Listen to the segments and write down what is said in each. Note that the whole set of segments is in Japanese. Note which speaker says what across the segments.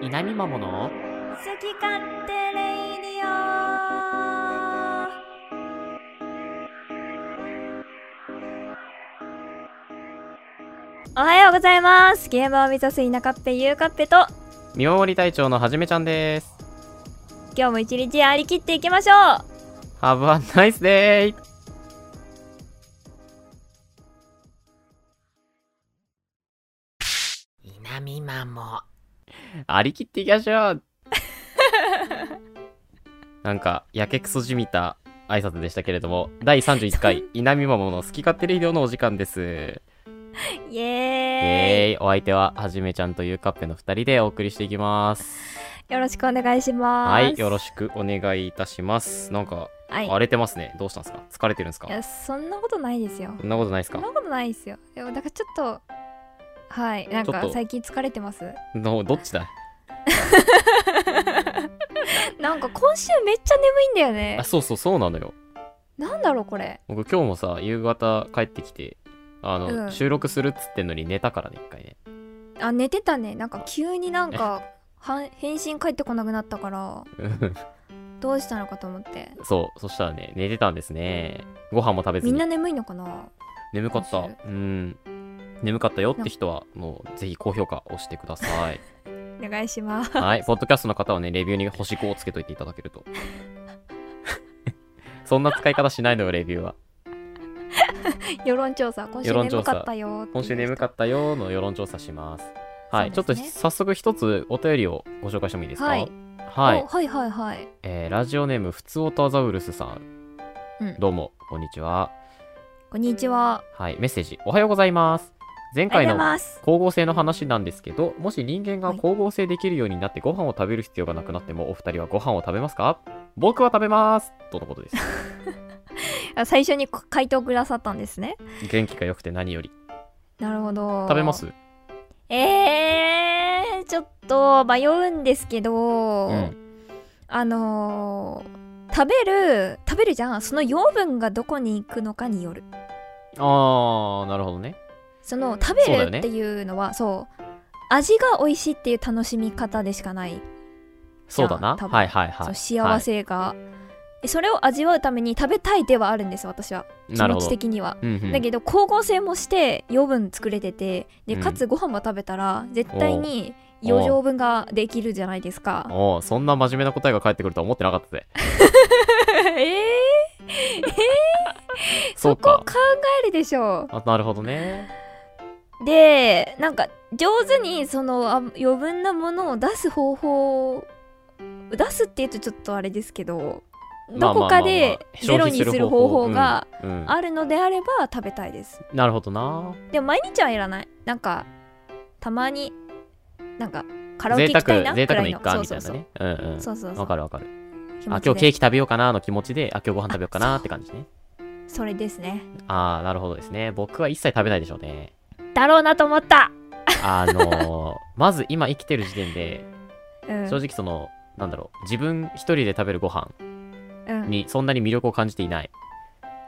Speaker 1: 稲見まもの
Speaker 2: 好き勝手レイディオおはようございます現場を目指す田舎っぺゆうかっぺと
Speaker 1: 見守り隊長のはじめちゃんです
Speaker 2: 今日も一日張り切っていきましょう
Speaker 1: Have a nice day!
Speaker 3: 稲見まも
Speaker 1: ありきっていきましょう なんか、やけくそじみた挨拶でしたけれども、第31回、稲見まもの好き勝手レイディオのお時間です。
Speaker 2: イエ
Speaker 1: イ
Speaker 2: ーイ
Speaker 1: エーイお相手は、はじめちゃんとゆうかっぺの2人でお送りしていきます。
Speaker 2: よろしくお願いします
Speaker 1: はい、よろ
Speaker 2: し
Speaker 1: しくお願いいたします。なんか、
Speaker 2: くはい
Speaker 1: 荒れてますね。どうしたんですか疲れてるんですか
Speaker 2: いやそんなことないですよ
Speaker 1: そんなことないです
Speaker 2: そ
Speaker 1: か
Speaker 2: んなことないですよでもだからちょっとはいなん
Speaker 1: ちょっ
Speaker 2: か
Speaker 1: と
Speaker 2: 最近疲れてます
Speaker 1: どどっちだ
Speaker 2: なんか今週めっちゃ眠いんだよね
Speaker 1: あ、そうそう、そうなのよ。
Speaker 2: なんだろうこれ
Speaker 1: 僕今日もさ夕方帰ってきてあの、
Speaker 2: うん
Speaker 1: 収録するっつってんのに寝たからね一回ね
Speaker 2: あ寝てたねなんか急になんかはん返信返ってこなくなった から
Speaker 1: うん
Speaker 2: どうしたのかと思って
Speaker 1: そうそしたらね寝てたんですねご飯も食べず
Speaker 2: みん
Speaker 1: に
Speaker 2: な眠いのかな
Speaker 1: 眠かった
Speaker 2: 面
Speaker 1: うん眠かったよって人はもうぜひ高評価押してくださ い
Speaker 2: お願いします
Speaker 1: はいポッドキャストの方はねレビューに星5をつけといていただけるとそんな使い方しないのよレビューは
Speaker 2: 世論調査今週
Speaker 1: 世論調
Speaker 2: 眠
Speaker 1: 査
Speaker 2: かったよ
Speaker 1: 今週眠
Speaker 2: か
Speaker 1: かったよの世論調査しますはい
Speaker 2: そう
Speaker 1: ちょ
Speaker 2: で
Speaker 1: っ
Speaker 2: す
Speaker 1: と早
Speaker 2: ね
Speaker 1: 速一つお便りをご紹介してもいいですか
Speaker 2: はい
Speaker 1: はい
Speaker 2: おはいはいはい
Speaker 1: えーラジオネームふつおたザウルスさん、
Speaker 2: うん
Speaker 1: どうもこんにちは
Speaker 2: こんにちは
Speaker 1: はいメッセージおはようございます前
Speaker 2: おは
Speaker 1: 回
Speaker 2: ようござい
Speaker 1: の
Speaker 2: ます
Speaker 1: 光合成の話なんですけどもし人間が光合成できるようになってご飯を食べる必要がなくなってもお二人はご飯を食べますか僕は食べますとのこと です
Speaker 2: あ最初にこ回答くださったんですね
Speaker 1: 元気が良くて何より
Speaker 2: なるほど
Speaker 1: 食べます
Speaker 2: えー、ちょっと迷うんですけど、
Speaker 1: うん
Speaker 2: あのー食べる食べるじゃんその養分がどこに行くのかによる
Speaker 1: あーなるほどね
Speaker 2: その食
Speaker 1: そうだ
Speaker 2: べ
Speaker 1: よ
Speaker 2: る
Speaker 1: ね
Speaker 2: っていうのはそう,、味が美味しいっていう楽しみ方でしかない、
Speaker 1: そうだな
Speaker 2: じゃあ多分
Speaker 1: はいはいはい
Speaker 2: そう幸せが、それを味わうために食べたいではあるんです私は
Speaker 1: はい
Speaker 2: 気
Speaker 1: なる
Speaker 2: 持
Speaker 1: ほど
Speaker 2: ち的には。
Speaker 1: うんうん
Speaker 2: だけど光合成もして養分作れててで
Speaker 1: うん
Speaker 2: かつご飯も食べたら絶対に余剰分ができるじゃないですか。
Speaker 1: おーそんな真面目な答えが返ってくるとは思ってなかったぜ
Speaker 2: え
Speaker 1: そう
Speaker 2: ー、こう
Speaker 1: か
Speaker 2: 考えるでしょ
Speaker 1: あなるほどね
Speaker 2: う。でなんか上手にそのあ余分なものを出す方法を出すっていうとちょっとあれですけどどこかでゼロにする方法が、
Speaker 1: まあまあまあまあ消費する方法うんうん
Speaker 2: あるのであれば食べたいです。
Speaker 1: なるほどな
Speaker 2: でも毎日はいらない。なんかたまになんかカラオケ
Speaker 1: 贅
Speaker 2: 行きたい
Speaker 1: 沢
Speaker 2: な
Speaker 1: 贅
Speaker 2: く
Speaker 1: 沢
Speaker 2: ら
Speaker 1: の
Speaker 2: い
Speaker 1: 一
Speaker 2: の
Speaker 1: 環
Speaker 2: そう
Speaker 1: みた
Speaker 2: そ
Speaker 1: いうな
Speaker 2: そう。
Speaker 1: ねうんうん
Speaker 2: そうそうそう
Speaker 1: わかるわかる
Speaker 2: 気
Speaker 1: あ
Speaker 2: 持ち
Speaker 1: 今日
Speaker 2: で
Speaker 1: ケーキ食べようかなの気持ちであ今日ご飯食べようかなって感じね
Speaker 2: それですね
Speaker 1: ああなるほどですね僕は一切食べないでしょうね
Speaker 2: だろうなと思った、
Speaker 1: あのー まず今生きてる時点で
Speaker 2: うん
Speaker 1: 正直そのなんだろう自分一人で食べるご飯
Speaker 2: う
Speaker 1: にそんなに魅力を感じていない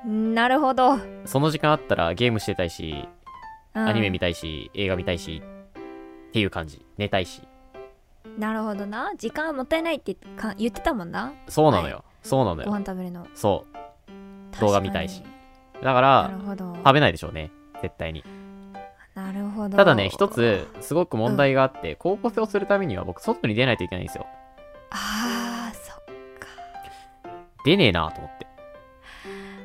Speaker 2: ん、なるほど、うん
Speaker 1: その時間あったらゲームしてたいしアニメ見たいし映画見たいしっていう感じ寝たいし
Speaker 2: なるほどな時間はもったいないってか言ってたもんな
Speaker 1: そうなのよ、そうなの
Speaker 2: ご
Speaker 1: よ
Speaker 2: 飯食べるの
Speaker 1: そう動画見たいし
Speaker 2: 確
Speaker 1: だか
Speaker 2: かにな
Speaker 1: ら
Speaker 2: る、ほど
Speaker 1: 食べないでしょうね。絶対に。
Speaker 2: なるほど
Speaker 1: ただね、一つ、すごく問題があって、高校生をするためには僕、外に出ないといけないんですよ。
Speaker 2: あーそっか
Speaker 1: 出ねえなと思って。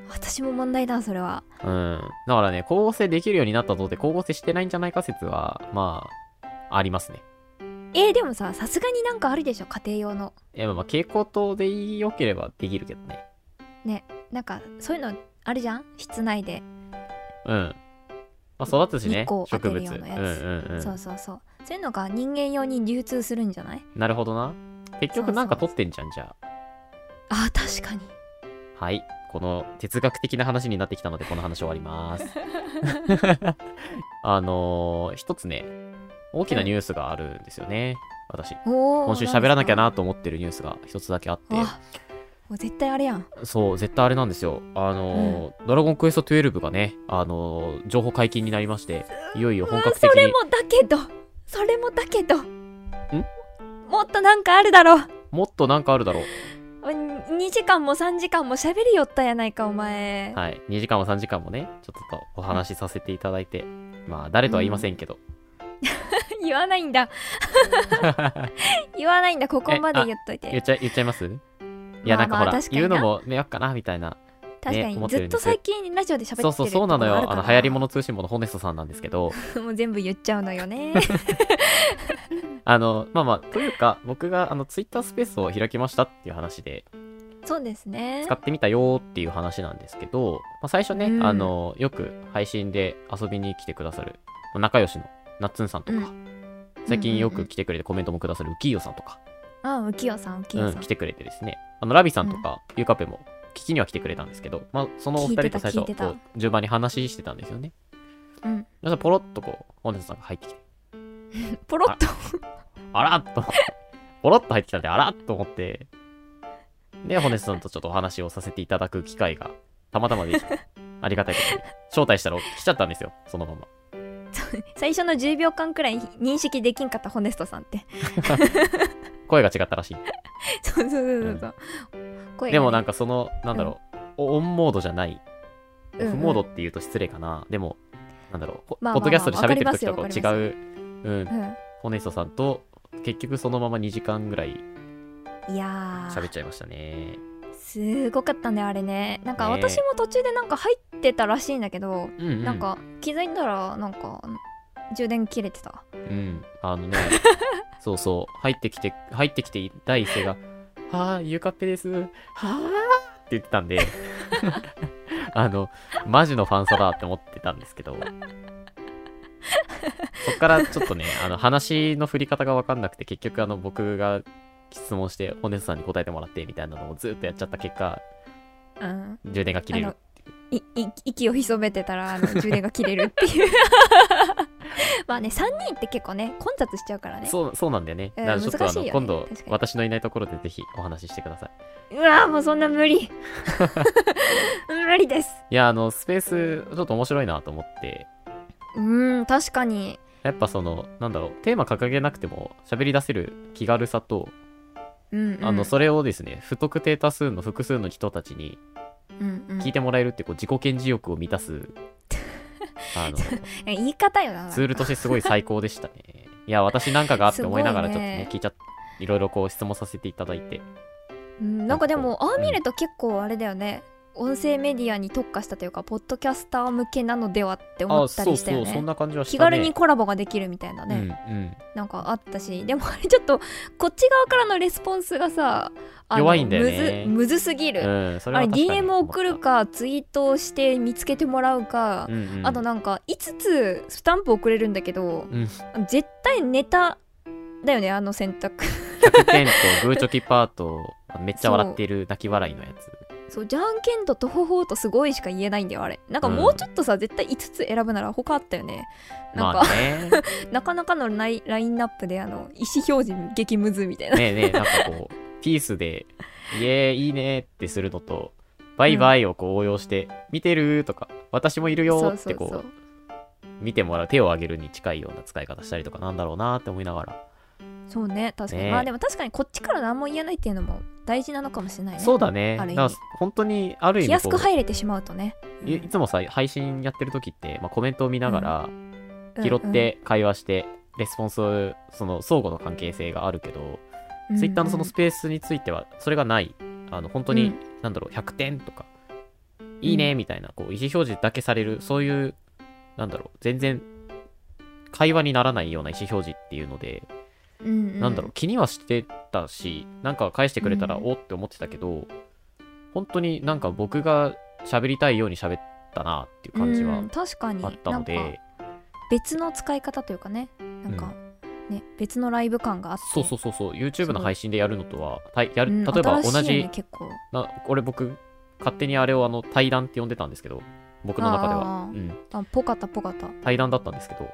Speaker 2: 私も問題だそれは
Speaker 1: うん。だからね、高校生できるようになったとって、高校生してないんじゃないか説は、まあ、ありますね。
Speaker 2: えー、でもささすがになんかあるでしょ家庭用の
Speaker 1: いや、まあ、蛍光灯で良ければできるけどね。
Speaker 2: なんかそういうのあるじゃん室内で、
Speaker 1: うん。まあ、育つしね
Speaker 2: 日光、
Speaker 1: 植
Speaker 2: 当て
Speaker 1: 物。う
Speaker 2: る
Speaker 1: ん
Speaker 2: ようなやつ
Speaker 1: うんう
Speaker 2: そ
Speaker 1: ん
Speaker 2: う。そうそうそういうのが人間用に流通するんじゃない
Speaker 1: なるほどな。結
Speaker 2: そ
Speaker 1: 局
Speaker 2: うそう
Speaker 1: なんか撮ってんじゃん、じゃあ。
Speaker 2: あー確かに
Speaker 1: はい。この哲学的な話になってきたので、この話終わります。あのー一つね、大きなニュースがあるんですよね。私。
Speaker 2: おお
Speaker 1: 今週喋らなきゃなと思ってるニュースが一つだけあって、
Speaker 2: あもう絶対あれやん
Speaker 1: そう、絶対あれなんですよ。あのードラゴンクエスト12がね、あのー情報解禁になりまして、いよいよ本格的
Speaker 2: それ
Speaker 1: に
Speaker 2: も、だけどそれもだけどんもっとなんかあるだろ
Speaker 1: もっとなんかあるだろう。
Speaker 2: 2時間も3時間も喋りよったやないかお前、
Speaker 1: はい。2時間も3時間もね、ちょっとお話しさせていただいて、まあ、誰とは言いませんけど。
Speaker 2: 言わないんだ言わないんだここまで言っとい
Speaker 1: 言ってちゃ、言っちゃいますいや、な
Speaker 2: まあ
Speaker 1: んか
Speaker 2: まあ
Speaker 1: ほら、
Speaker 2: 確かに
Speaker 1: 言
Speaker 2: な
Speaker 1: うのも迷惑かな、みたいな。
Speaker 2: 確か
Speaker 1: 思
Speaker 2: に
Speaker 1: って
Speaker 2: ず
Speaker 1: るんで
Speaker 2: っと
Speaker 1: す
Speaker 2: 最近ラジオで喋ってる
Speaker 1: そうそう、そうなのよ。あの、流行り
Speaker 2: も
Speaker 1: 物通信もの、ホネストさんなんですけど、
Speaker 2: もう全部言っちゃうの よね
Speaker 1: あの、まあまあ、というか、僕が、あの、ツイッタースペースを開きましたっていう話で、
Speaker 2: そうですね
Speaker 1: 使ってみたよーっていう話なんですけど、まあ、最初ね、
Speaker 2: うん
Speaker 1: あの、よく配信で遊びに来てくださる、仲良しのなっつんさんとか、
Speaker 2: う
Speaker 1: 最近よ
Speaker 2: うんう
Speaker 1: く
Speaker 2: んうん
Speaker 1: 来てくれてコメントもくださるウキヨさんとか、
Speaker 2: あ浮世さん浮
Speaker 1: う
Speaker 2: 世
Speaker 1: ん、
Speaker 2: さん
Speaker 1: 来、てくれてですね、あの、ラビさんとか、ゆかぺも、聞きには来てくれたんですけど、まあ、そのお二人と最
Speaker 2: 聞い
Speaker 1: 初、
Speaker 2: てた聞い
Speaker 1: こ
Speaker 2: て
Speaker 1: う、順番に話してたんですよね。
Speaker 2: うん
Speaker 1: そしたらポロッとこう、ホネストさんが入ってきて、
Speaker 2: ポロッと
Speaker 1: あらっと 思って、ポロッと入ってきたんで、あらっと思って、で、ホネストさんとちょっとお話をさせていただく機会が、たまたまでき て、ありがたいことに、招待したら来ちゃったんですよ、そのまま。
Speaker 2: 最初の10秒間くらい認識できんかったホネストさんって
Speaker 1: 声が違ったらし
Speaker 2: そうそうそうそう、
Speaker 1: い。
Speaker 2: 声がね
Speaker 1: でもなんかその、なんだろう、オンモードじゃない、オ
Speaker 2: うんうん
Speaker 1: フモードって言うと失礼かな、でも、なんだろう、ポ
Speaker 2: まあまあまあ
Speaker 1: ポッドキャストで喋ってる時と
Speaker 2: わかり
Speaker 1: か
Speaker 2: ますよ
Speaker 1: 違う、うん、ホネストさんと、結局そのまま2時間ぐらい
Speaker 2: うん、いや
Speaker 1: 喋っ
Speaker 2: ー
Speaker 1: ちゃいましたね。
Speaker 2: すごかったねあれねなんか
Speaker 1: ねえ
Speaker 2: 私も途中でなんか入ってたらしいんだけど、
Speaker 1: うん、うん。
Speaker 2: なんか気づいたらなんか充電切れてた
Speaker 1: うん、あ のね、そうそう、入ってきて、入ってきて、第一声が、はぁ、ゆかっぺです、はぁって言ってたん で、あの、マジのファンサだって思ってたんですけど、そっからちょっとね、あの、話の振り方がわかんなくて、結局、あの、僕が質問して、ホネスさんに答えてもらって、みたいなのをずっとやっちゃった結果、
Speaker 2: うん
Speaker 1: 充電が切れ
Speaker 2: あの
Speaker 1: る。
Speaker 2: いい息を潜めてたら あの充電が切れるっていう まあね3人って結構ね混雑しちゃうからね
Speaker 1: そう、そうなんだよね。
Speaker 2: う
Speaker 1: だ
Speaker 2: ん
Speaker 1: からちょっと、
Speaker 2: 難
Speaker 1: あ
Speaker 2: しいよ
Speaker 1: の、
Speaker 2: ね
Speaker 1: 今度
Speaker 2: 確かに、
Speaker 1: 私のいないところでぜひお話ししてください。
Speaker 2: うわーもうそんな無理無 理です
Speaker 1: いや、あの、スペース、ちょっと面白いなと思って、
Speaker 2: うーん確かに
Speaker 1: やっぱその、なんだろう、テーマ掲げなくても喋り出せる気軽さと、
Speaker 2: うんうん
Speaker 1: あの、それをですね、不特定多数の複数の人たちに
Speaker 2: うんうん
Speaker 1: 聞いてもらえるって、こう、自己顕示欲を満た す、あの、
Speaker 2: 言い方よな
Speaker 1: ツールとしてすごい最高でしたね。いや、私なんかがって思いながら、ちょっ
Speaker 2: す
Speaker 1: と
Speaker 2: ごい
Speaker 1: ね
Speaker 2: ね、
Speaker 1: 聞いちゃっいろいろこう質問させていただいて。
Speaker 2: うんなんかで
Speaker 1: なん
Speaker 2: も
Speaker 1: かこ
Speaker 2: あ
Speaker 1: う
Speaker 2: あ見ると結構あれだよね、音声メディアに特化したというかポッドキャスター向けなのではって思
Speaker 1: あ、
Speaker 2: った
Speaker 1: そう
Speaker 2: りした
Speaker 1: そ
Speaker 2: よ
Speaker 1: う、そん
Speaker 2: ね
Speaker 1: な感じはした、ね。
Speaker 2: 気軽にコラボができるみたいなね、
Speaker 1: うん、うん。
Speaker 2: なんかあったしでもあれちょっとこっち側からのレスポンスがさあの
Speaker 1: 弱いんだよね
Speaker 2: むずむずすぎる、
Speaker 1: うん、それ
Speaker 2: あ
Speaker 1: は
Speaker 2: れ
Speaker 1: 確かに
Speaker 2: DM 送る、かツイートして見つけてもらうか
Speaker 1: う、んうん、
Speaker 2: あとなんか5つスタンプ送れるんだけど、
Speaker 1: うん
Speaker 2: 絶対ネタだよねあの選択
Speaker 1: 100点とグーチョキパーと、めっちゃ笑ってる泣き笑いのやつ。
Speaker 2: そうじゃんけんととほほとすごいしか言えないんだよあれなんか
Speaker 1: うん
Speaker 2: もうちょっとさ、絶対5つ選ぶなら他あったよねなんか、
Speaker 1: まあね。
Speaker 2: なかなかのラインラインナップであの意思表示激ムズみたいな、
Speaker 1: ねえねえ、なんかこう、ピースで、イエーイ、いいねってするのと、バイバイをこう応用して、見てるとか、私もいる
Speaker 2: そ
Speaker 1: よ
Speaker 2: う
Speaker 1: っ
Speaker 2: そ
Speaker 1: て
Speaker 2: う
Speaker 1: こう、
Speaker 2: そう
Speaker 1: 見てもらう、手を挙げるに近いような使い方したりとかなんだろうなって思いながら。
Speaker 2: そうね確かに、
Speaker 1: ね
Speaker 2: まあでも確かにこっちから何も言えないっていうのも大事なのかもしれないね
Speaker 1: そうだね。
Speaker 2: あ
Speaker 1: だ
Speaker 2: る
Speaker 1: か
Speaker 2: 意味
Speaker 1: ら本当に、ある意
Speaker 2: 気
Speaker 1: 味
Speaker 2: 安
Speaker 1: こ
Speaker 2: く
Speaker 1: う、
Speaker 2: 入れてしまうとね、うん
Speaker 1: いいつもさ、配信やってる時って、まあ、コメントを見ながら、
Speaker 2: うん
Speaker 1: 拾って、会話して、レスポンスを、その、相互の関係性があるけど、
Speaker 2: うん
Speaker 1: ツイッターのその
Speaker 2: うん
Speaker 1: スペースについては、それがない。あの、本当に、
Speaker 2: うん
Speaker 1: なんだろう、100点とか、いいね、みたいな、こう、意思表示だけされる、そういう、なんだろう、全然、会話にならないような意思表示っていうので、
Speaker 2: うんうん
Speaker 1: なんだろう、気にはしてたし、なんか返してくれたら、
Speaker 2: うん
Speaker 1: おって思ってたけど、本当になんか僕が喋りたいように喋ったなっていう感じ
Speaker 2: う
Speaker 1: は
Speaker 2: ん確かに
Speaker 1: あったので、
Speaker 2: なんか別の使い方というかねなんか、ね別のライブ感があって
Speaker 1: そうそうそうそう、YouTube の配信でやるのとは、たいや
Speaker 2: う
Speaker 1: る
Speaker 2: ん
Speaker 1: 例えば
Speaker 2: 新しい
Speaker 1: 同
Speaker 2: よ
Speaker 1: じ
Speaker 2: ね、結構
Speaker 1: な俺僕勝手にあれをあの対談って呼んでたんですけど僕の中では、
Speaker 2: あー
Speaker 1: うん、
Speaker 2: あぽかったぽかった
Speaker 1: 対談だったんですけど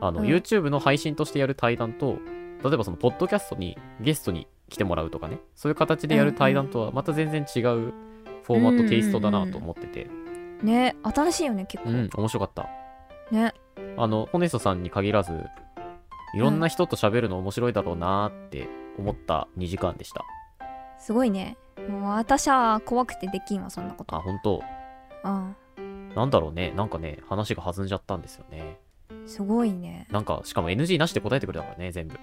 Speaker 1: あの、
Speaker 2: うん
Speaker 1: YouTube の配信としてやる対談と例えばそのポッドキャストにゲストに来てもらうとかねそういう形でやる対談とはまた全然違うフォーマット、テイストだなと思ってて
Speaker 2: ね新しいよね結構、
Speaker 1: うん、面白かった
Speaker 2: ね
Speaker 1: あのホネストさんに限らずいろんな人と喋るの面白いだろうなーって思った2時間でした。
Speaker 2: すごいねもう私は怖くてできんわそんなこと
Speaker 1: あ、本当
Speaker 2: うん
Speaker 1: なんだろうね。なんかね、話が弾んじゃったんですよね。
Speaker 2: すごいね
Speaker 1: なんか、しかも NG なしで答えてくれたからね、全部。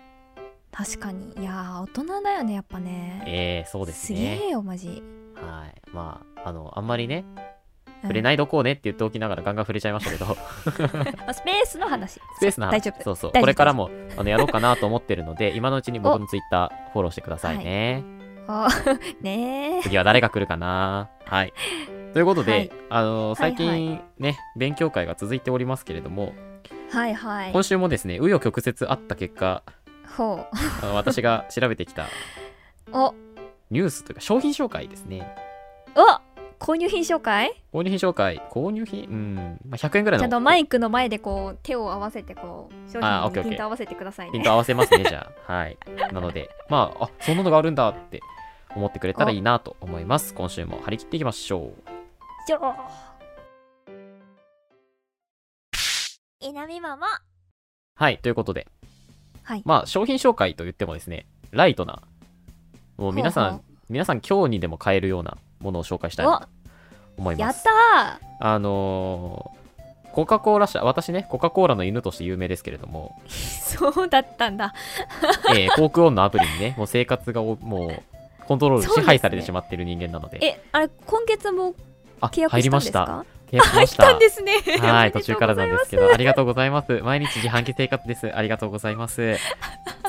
Speaker 2: 確かにいやー大人だよねやっぱね
Speaker 1: ええそうです
Speaker 2: げ
Speaker 1: ね。
Speaker 2: えよマジ
Speaker 1: はい。まあ、あの、あんまりね、触れ
Speaker 2: い、
Speaker 1: ないどこうねって言っておきながらガンガン触れちゃいましたけ ど、
Speaker 2: あスペースの話
Speaker 1: スペースな
Speaker 2: 大
Speaker 1: 話
Speaker 2: 丈夫
Speaker 1: そうそう。
Speaker 2: 大丈夫
Speaker 1: これからも、あの、やろうかなと思ってるので、今のうちに僕のツイッターフォローしてくださいね。
Speaker 2: あ ねえ
Speaker 1: 次は誰が来るかなはい。ということで、
Speaker 2: はい
Speaker 1: あの、最近、
Speaker 2: はい
Speaker 1: ね、勉強会が続いておりますけれども、
Speaker 2: はいはい
Speaker 1: 今週もですね、紆余曲折あった結果、
Speaker 2: ほう
Speaker 1: あの私が調べてきた
Speaker 2: お
Speaker 1: ニュースというか商品紹介ですね。
Speaker 2: お購入品紹介
Speaker 1: 購入品紹介、購入品、うん、まあ、100円ぐらい
Speaker 2: ち
Speaker 1: の。
Speaker 2: ゃんとマイクの前でこう手を合わせてこう商
Speaker 1: あオッケーオ
Speaker 2: 品に
Speaker 1: ッケー
Speaker 2: ピント合わせてください
Speaker 1: ピン
Speaker 2: ね
Speaker 1: ト合わせますね、じゃあ。はい。なので、まあ、あ、そんなのがあるんだって思ってくれたらいいなと思います。今週も張り切っていきましょう。
Speaker 2: じゃあ稲見ママ
Speaker 1: はい、ということで。
Speaker 2: はい
Speaker 1: まあ、商品紹介と言ってもですね、ライトな、もう皆さん、
Speaker 2: ほうほ
Speaker 1: 皆さん今日にでも買えるようなものを紹介したいなと思い
Speaker 2: や
Speaker 1: ま
Speaker 2: っ
Speaker 1: す。
Speaker 2: た
Speaker 1: あのーコカ・コーラ社、私ね、コカ・コーラの犬として有名ですけれども、
Speaker 2: ーそうだったんだ
Speaker 1: えー、コークオンのアプリにね、もう生活がおもう、コントロール、
Speaker 2: そう
Speaker 1: 支
Speaker 2: ですね
Speaker 1: 配されてしまっている人間なので、
Speaker 2: えあれ今月も
Speaker 1: あ、
Speaker 2: 契約
Speaker 1: 入り
Speaker 2: したん
Speaker 1: まし
Speaker 2: です
Speaker 1: た。
Speaker 2: か
Speaker 1: 契約しま
Speaker 2: 入っ
Speaker 1: した
Speaker 2: たん。ですね
Speaker 1: はい、
Speaker 2: おめ
Speaker 1: 途
Speaker 2: でと
Speaker 1: 中
Speaker 2: う
Speaker 1: から
Speaker 2: ご
Speaker 1: な
Speaker 2: ざい
Speaker 1: んで
Speaker 2: ます
Speaker 1: すけど、ありがとうございます。毎日自販機生活です。ありがとうございます。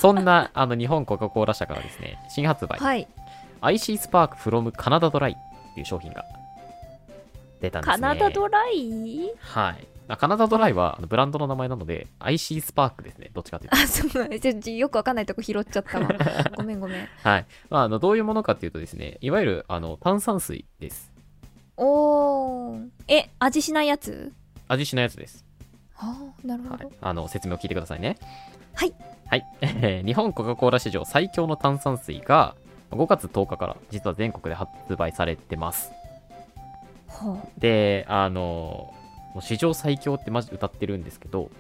Speaker 1: そんな、あの、日本コカ・コーラ社からですね、新発売、
Speaker 2: はい
Speaker 1: IC スパークフロムカナダドライっていう商品が出たんですね。
Speaker 2: カナダドライ
Speaker 1: はい。あカナダドライはあのブランドの名前なので、IC スパークですね。どっちかというと。
Speaker 2: あそうなんですちょちょよくわかんないとこ拾っち ゃったわごめんごめん
Speaker 1: はい。まあ、あの、どういうものかっていうとですね、いわゆる、あの、炭酸水です。
Speaker 2: おーえ味しないやつ
Speaker 1: 味しないやつです。
Speaker 2: あーなるほ
Speaker 1: はい
Speaker 2: ど、
Speaker 1: あの説明を聞いてくださいね
Speaker 2: はい
Speaker 1: はい、えー日本コカ・コーラ史上最強の炭酸水が5月10日から実は全国で発売されてます
Speaker 2: ほう
Speaker 1: であのーもう史上最強ってマジ歌ってるんですけど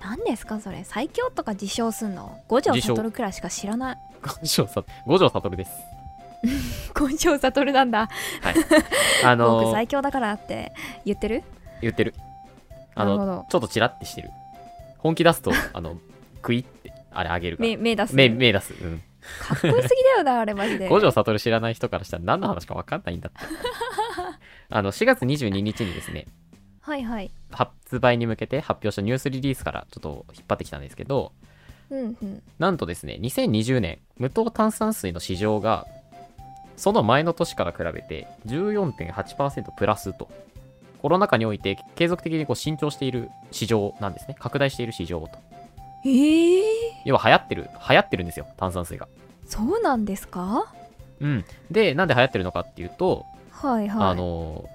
Speaker 2: 何ですかそれ最強とか自称すんの五条悟くらいしか知らない
Speaker 1: 五条さ五条悟です
Speaker 2: 五条悟なんだ、
Speaker 1: あ
Speaker 2: 僕
Speaker 1: のー
Speaker 2: 最強だからって言ってる
Speaker 1: 言ってるあ
Speaker 2: なるほ
Speaker 1: の
Speaker 2: ど
Speaker 1: ちょっとチラってしてる本気出 すとあのクイってあれあげるから
Speaker 2: 目目出す
Speaker 1: 目目出す、うん、
Speaker 2: かっこよすぎだよなあれマジで
Speaker 1: 五条悟知らない人からしたら何の話か分かんないん だってあの4月22日にですね
Speaker 2: はいはい
Speaker 1: 発売に向けて発表したニュースリリースからちょっと引っ張ってきたんですけど、
Speaker 2: うんうん
Speaker 1: なんとですね、2020年、無糖炭酸水の市場が、その前の年から比べて14.8%プラスと、コロナ禍において継続的にこう伸長している市場なんですね。拡大している市場と。
Speaker 2: ええ
Speaker 1: 要は流行ってる、流行ってるんですよ、炭酸水が。
Speaker 2: そうなんですか
Speaker 1: うん。で、なんで流行ってるのかっていうと、
Speaker 2: はいはい
Speaker 1: あの、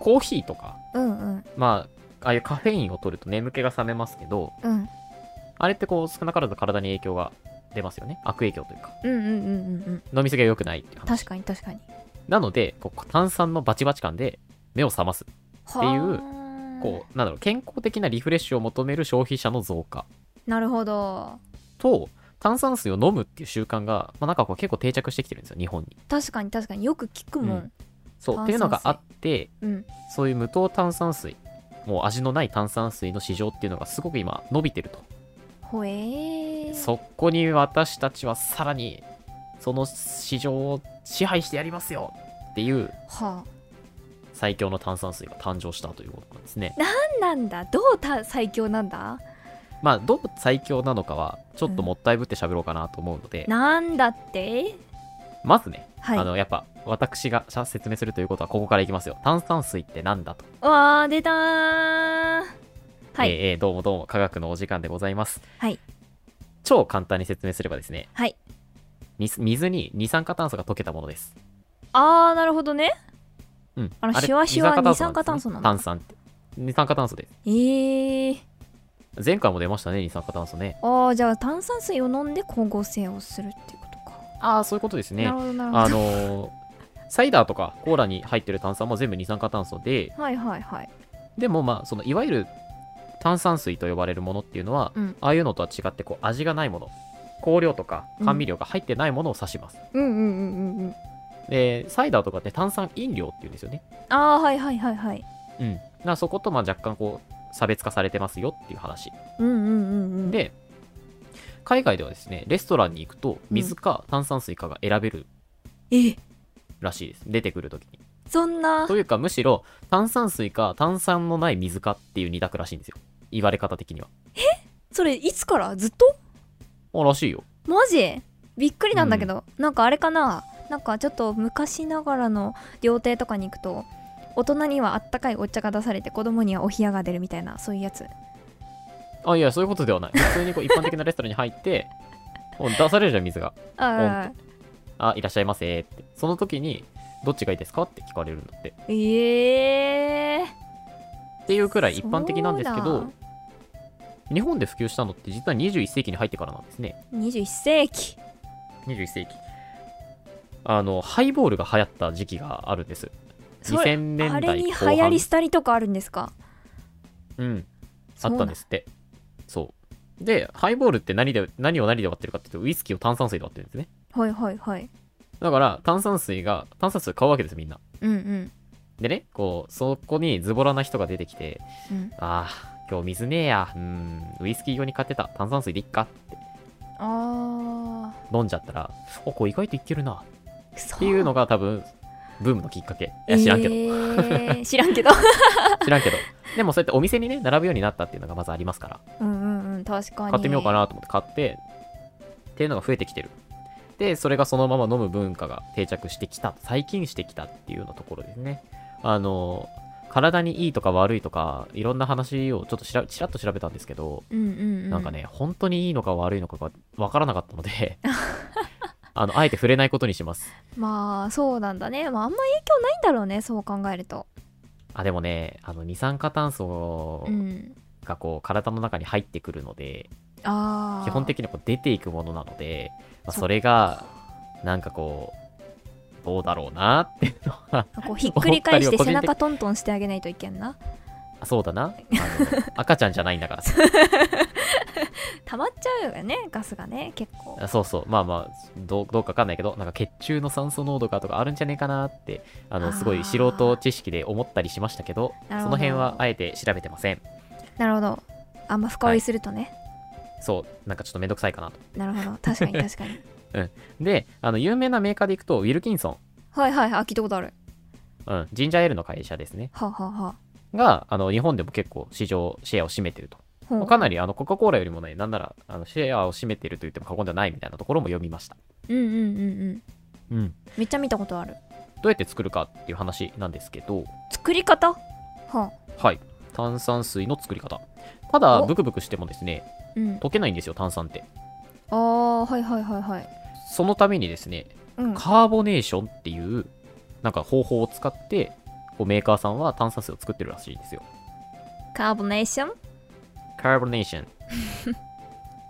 Speaker 1: コーヒーとか、
Speaker 2: うんうん
Speaker 1: まあ、ああいうカフェインを取ると眠気が覚めますけど、
Speaker 2: うん
Speaker 1: あれってこう少なからず体に影響が出ますよね。悪影響というか。
Speaker 2: うんうんうんうんうん
Speaker 1: 飲みすぎは良くないっていう話。
Speaker 2: 確かに確かにってい
Speaker 1: なので、こう炭酸のバチバチ感で目を覚ます。こう、なんだろう、健康的なリフレッシュを求める消費者の増加
Speaker 2: なるほど
Speaker 1: と、炭酸水を飲むっていう習慣が、まあ、なんかこう結構定着してきてるんですよ、日本に。
Speaker 2: 確かに確かによく聞くもん
Speaker 1: そう。っ
Speaker 2: 炭酸
Speaker 1: て
Speaker 2: 水
Speaker 1: いうのがあって、
Speaker 2: うん、
Speaker 1: そういう無糖炭酸水、もう味のない炭酸水の市場っていうのがすごく今伸びてると。
Speaker 2: ほえー、
Speaker 1: そこに私たちはさらに、その市場を支配してやりますよっていう
Speaker 2: はあ
Speaker 1: 最強の炭酸水が誕生したということなんですね。
Speaker 2: なんだどうた最強なんだ
Speaker 1: まあ、どう最強なのかは、ちょっともったいぶって喋ろうかなと思うので、
Speaker 2: なんだって
Speaker 1: まずね、
Speaker 2: はい
Speaker 1: あの、やっぱ、私がさ説明するということは、ここからいきますよ。炭酸水ってなんだと。
Speaker 2: わあ出たーはい、
Speaker 1: えーえーどうもどうも、科学のお時間でございます。
Speaker 2: はい
Speaker 1: 超簡単に説明すればですね、
Speaker 2: はい
Speaker 1: に水に二酸化炭素が溶けたものです。
Speaker 2: あーなるほどね
Speaker 1: うん。
Speaker 2: あの
Speaker 1: れ
Speaker 2: シュワシュワ
Speaker 1: 二酸化炭素
Speaker 2: 二酸化炭素なんだ
Speaker 1: なんですね炭酸って。二酸化炭素です。
Speaker 2: えー、
Speaker 1: 前回も出ましたね、二酸化炭素ね。
Speaker 2: あーじゃあ炭酸水を飲んで光合成をするっていうことか、
Speaker 1: ああ、そういうことですね
Speaker 2: なる。ほどなる
Speaker 1: あ
Speaker 2: ほ
Speaker 1: のーサイダーとかコーラに入ってる炭酸も全部二酸化炭素で、
Speaker 2: どはいはいはい
Speaker 1: でもまあ、そのいわゆる炭酸水と呼ばれるものっていうのは、
Speaker 2: うん
Speaker 1: ああいうのとは違ってこう味がないもの、香料とか甘味料が入ってないものを指します。
Speaker 2: うんうんうんうんうん
Speaker 1: で、サイダーとかって炭酸飲料っていうんですよね。
Speaker 2: ああはいはいはいはい
Speaker 1: うん。だからそことまあ若干こう、差別化されてますよっていう話。
Speaker 2: うんうんうんうん
Speaker 1: で、海外ではですね、レストランに行くと、水か炭酸水かが選べる
Speaker 2: え
Speaker 1: らしいです。出てくるときに。
Speaker 2: そんな
Speaker 1: というか、むしろ、炭酸水か炭酸のない水かっていう二択らしいんですよ。言われ方的には。
Speaker 2: それいつからずっと
Speaker 1: あ、らしいよ。
Speaker 2: マジびっくりなんだけど、なんかあれかななんかちょっと昔ながらの料亭とかに行くと大人にはあったかいお茶が出されて子供にはお冷やが出るみたいなそういうやつ
Speaker 1: あ、いや、そういうことではない。普通にこう、一般的なレストランに入って、もう出されるじゃん、水が。
Speaker 2: ああ
Speaker 1: あ、いらっしゃいませって。その時に、どっちがいいですかって聞かれるんだって。
Speaker 2: ええ
Speaker 1: っていうくらい一般的なんですけ
Speaker 2: そう
Speaker 1: ど
Speaker 2: だ、
Speaker 1: 日本で普及したのって実は21世紀に入ってからなんですね。
Speaker 2: ー、21世紀
Speaker 1: 21世紀。あの、ハイボールが流行った時期があるんです。
Speaker 2: それ
Speaker 1: 2000年
Speaker 2: あれ
Speaker 1: 代
Speaker 2: に流
Speaker 1: 後
Speaker 2: 行
Speaker 1: 半
Speaker 2: り。したりとかあるんですか
Speaker 1: うん、あ
Speaker 2: そう
Speaker 1: っ
Speaker 2: な
Speaker 1: たんですって。そう。で、ハイボールって何で、何を何で割ってるかっていうと、ウイスキーを炭酸水で割ってるんですね。
Speaker 2: はいはいはい
Speaker 1: だから、炭酸水が、炭酸水を買うわけですよ、みんな。
Speaker 2: うんうん
Speaker 1: でね、こう、そこにズボラな人が出てきて、
Speaker 2: うん
Speaker 1: ああ、今日水ねえや。うーん、ウイスキー用に買ってた。炭酸水でいっかって
Speaker 2: あ
Speaker 1: 飲んじゃったら、お、これ意外といけるな。
Speaker 2: ーくそ
Speaker 1: っていうのが多分、ブームのきっかけ。いや、知らんけど。
Speaker 2: えー知らんけど
Speaker 1: 知らんけど。でもそうやってお店にね、並ぶようになったっていうのがまずありますから、
Speaker 2: うんうんうん確かに
Speaker 1: 買ってみようかなと思って買って、っていうのが増えてきてる。で、それがそのまま飲む文化が定着してきた。最近してきたっていうようなところですね。あの、体にいいとか悪いとか、いろんな話をちょっとしらちらっと調べたんですけど、
Speaker 2: うんうん、うん、
Speaker 1: なんかね、本当にいいのか悪いのかが分からなかったので、 あの、あえて触れないことにします。
Speaker 2: まあそうなんだね、まあ、あんま影響ないんだろうねそう考えると
Speaker 1: あ、でもね、あの、二酸化炭素
Speaker 2: うん
Speaker 1: がこう、体の中に入ってくるので、
Speaker 2: あ
Speaker 1: 基
Speaker 2: あ
Speaker 1: 本的にはこう出ていくものなので、まあ、
Speaker 2: そっか
Speaker 1: それが、なんかこう、どうだろうなっていうのは、
Speaker 2: こうひっくり返し
Speaker 1: 思
Speaker 2: て
Speaker 1: った
Speaker 2: 背
Speaker 1: りは個人的
Speaker 2: 中トントンしてあげないといけんな
Speaker 1: あそうだ な。あの赤ちゃんじゃないんだからさ
Speaker 2: 溜まっちゃうよねガスがね結構
Speaker 1: あそうそう。まあまあ、どう、どうかわかんないけど、なんか血中の酸素濃度がとかあるんじゃねえかなって、あ
Speaker 2: あ
Speaker 1: の、
Speaker 2: ー
Speaker 1: すごい素人知識で思ったりしましたけど、そ
Speaker 2: なるほ
Speaker 1: の
Speaker 2: ど
Speaker 1: 辺はあえて調べてません。
Speaker 2: なるほどあんま深追いするとね、
Speaker 1: そう、なんかちょっとめんどくさいかなと。
Speaker 2: なるほど 確かに確かに
Speaker 1: で、あの、有名なメーカーでいくと、ウィルキンソン、
Speaker 2: はいはいはいあ聞いたことある
Speaker 1: うん、ジンジャーエールの会社ですね、
Speaker 2: はあ、はあは
Speaker 1: が、あの、日本でも結構市場、シェアを占めてると。
Speaker 2: あ、ほう
Speaker 1: かなり、あの、コカ・コーラよりもね、なんなら、あの、シェアを占めてると言っても過言ではないみたいなところも読みました。
Speaker 2: うんうんうんうん
Speaker 1: うん。ど
Speaker 2: めっちゃ見たことある
Speaker 1: うやって作るかっていう話なんですけど、
Speaker 2: 作り方はあ
Speaker 1: はい。炭酸水の作り方。ただ、
Speaker 2: お
Speaker 1: ブクブクしてもですね、
Speaker 2: うん、
Speaker 1: 溶けないんですよ、炭酸って。
Speaker 2: ああはいはいはいはい、
Speaker 1: そのためにですね、
Speaker 2: うん、
Speaker 1: カーボネーションっていう、なんか方法を使って、こうメーカーさんは炭酸水を作ってるらしいんですよ。
Speaker 2: カーボネーション
Speaker 1: カーボネーション。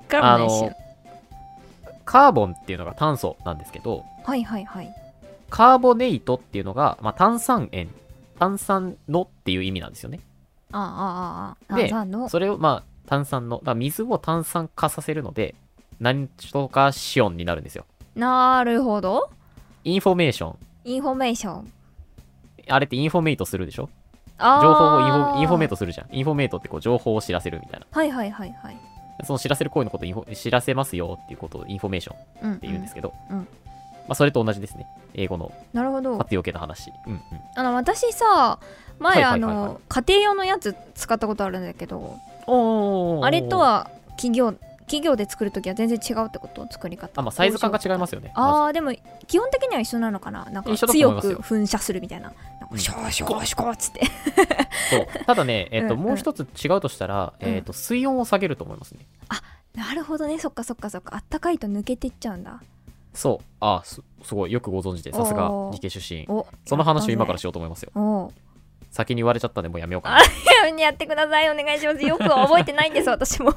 Speaker 2: カー
Speaker 1: あ
Speaker 2: ボネーショ
Speaker 1: の
Speaker 2: ン、
Speaker 1: カーボンっていうのが炭素なんですけど、
Speaker 2: はいはいはい
Speaker 1: カーボネイトっていうのが、まあ、炭酸塩、炭酸のっていう意味なんですよね。
Speaker 2: ああああああ
Speaker 1: で
Speaker 2: ああの
Speaker 1: それを、まあ、炭酸の、だから水を炭酸化させるので、何とかシオンになるんですよ。
Speaker 2: なるほど
Speaker 1: インフォメーション。
Speaker 2: インフォメーション
Speaker 1: あれってインフォメイトするでしょ
Speaker 2: あー
Speaker 1: 情報をインフォインフォメートするじゃん。インフォメイトってこう情報を知らせるみたいな。
Speaker 2: はいはいはいはい
Speaker 1: その知らせる行為のことをインフォ知らせますよっていうことをインフォメーションっ
Speaker 2: うん、うん、
Speaker 1: て言うんですけど、
Speaker 2: うんうん
Speaker 1: まあそれと同じですね。英語の
Speaker 2: なるほど
Speaker 1: 活用系の話。うんうん。
Speaker 2: あの私さ前、
Speaker 1: はいはいはいはい
Speaker 2: あの家庭用のやつ使ったことあるんだけど
Speaker 1: お
Speaker 2: あれとは企業企業で作るときは全然違うってこと作り方
Speaker 1: あ、まあサイズ感が違いますすよね。
Speaker 2: あーでも基本的には一緒なのかななんか
Speaker 1: 一緒だと思い
Speaker 2: 強
Speaker 1: ます
Speaker 2: く
Speaker 1: よ
Speaker 2: 噴射するみたいななん
Speaker 1: う
Speaker 2: か
Speaker 1: ん
Speaker 2: シュコーシュコーシュコーっつって
Speaker 1: そう。ただね、えっ、と、
Speaker 2: うんうん
Speaker 1: もう一つ違うとしたら、えっ、と、水温を下げると思いますね。
Speaker 2: なるほどねそっかそっかそっかあったかいと抜けていっちゃうんだ
Speaker 1: そう。あす、すごい。よくご存知で。さすが、
Speaker 2: おー
Speaker 1: 理系出身。
Speaker 2: お
Speaker 1: その話を今から
Speaker 2: し
Speaker 1: しようと思いますよ。
Speaker 2: おう
Speaker 1: 先に言われちゃったんで、もうやめようか
Speaker 2: あ
Speaker 1: な。
Speaker 2: やってくださいお願いしますよく覚えてないんです私も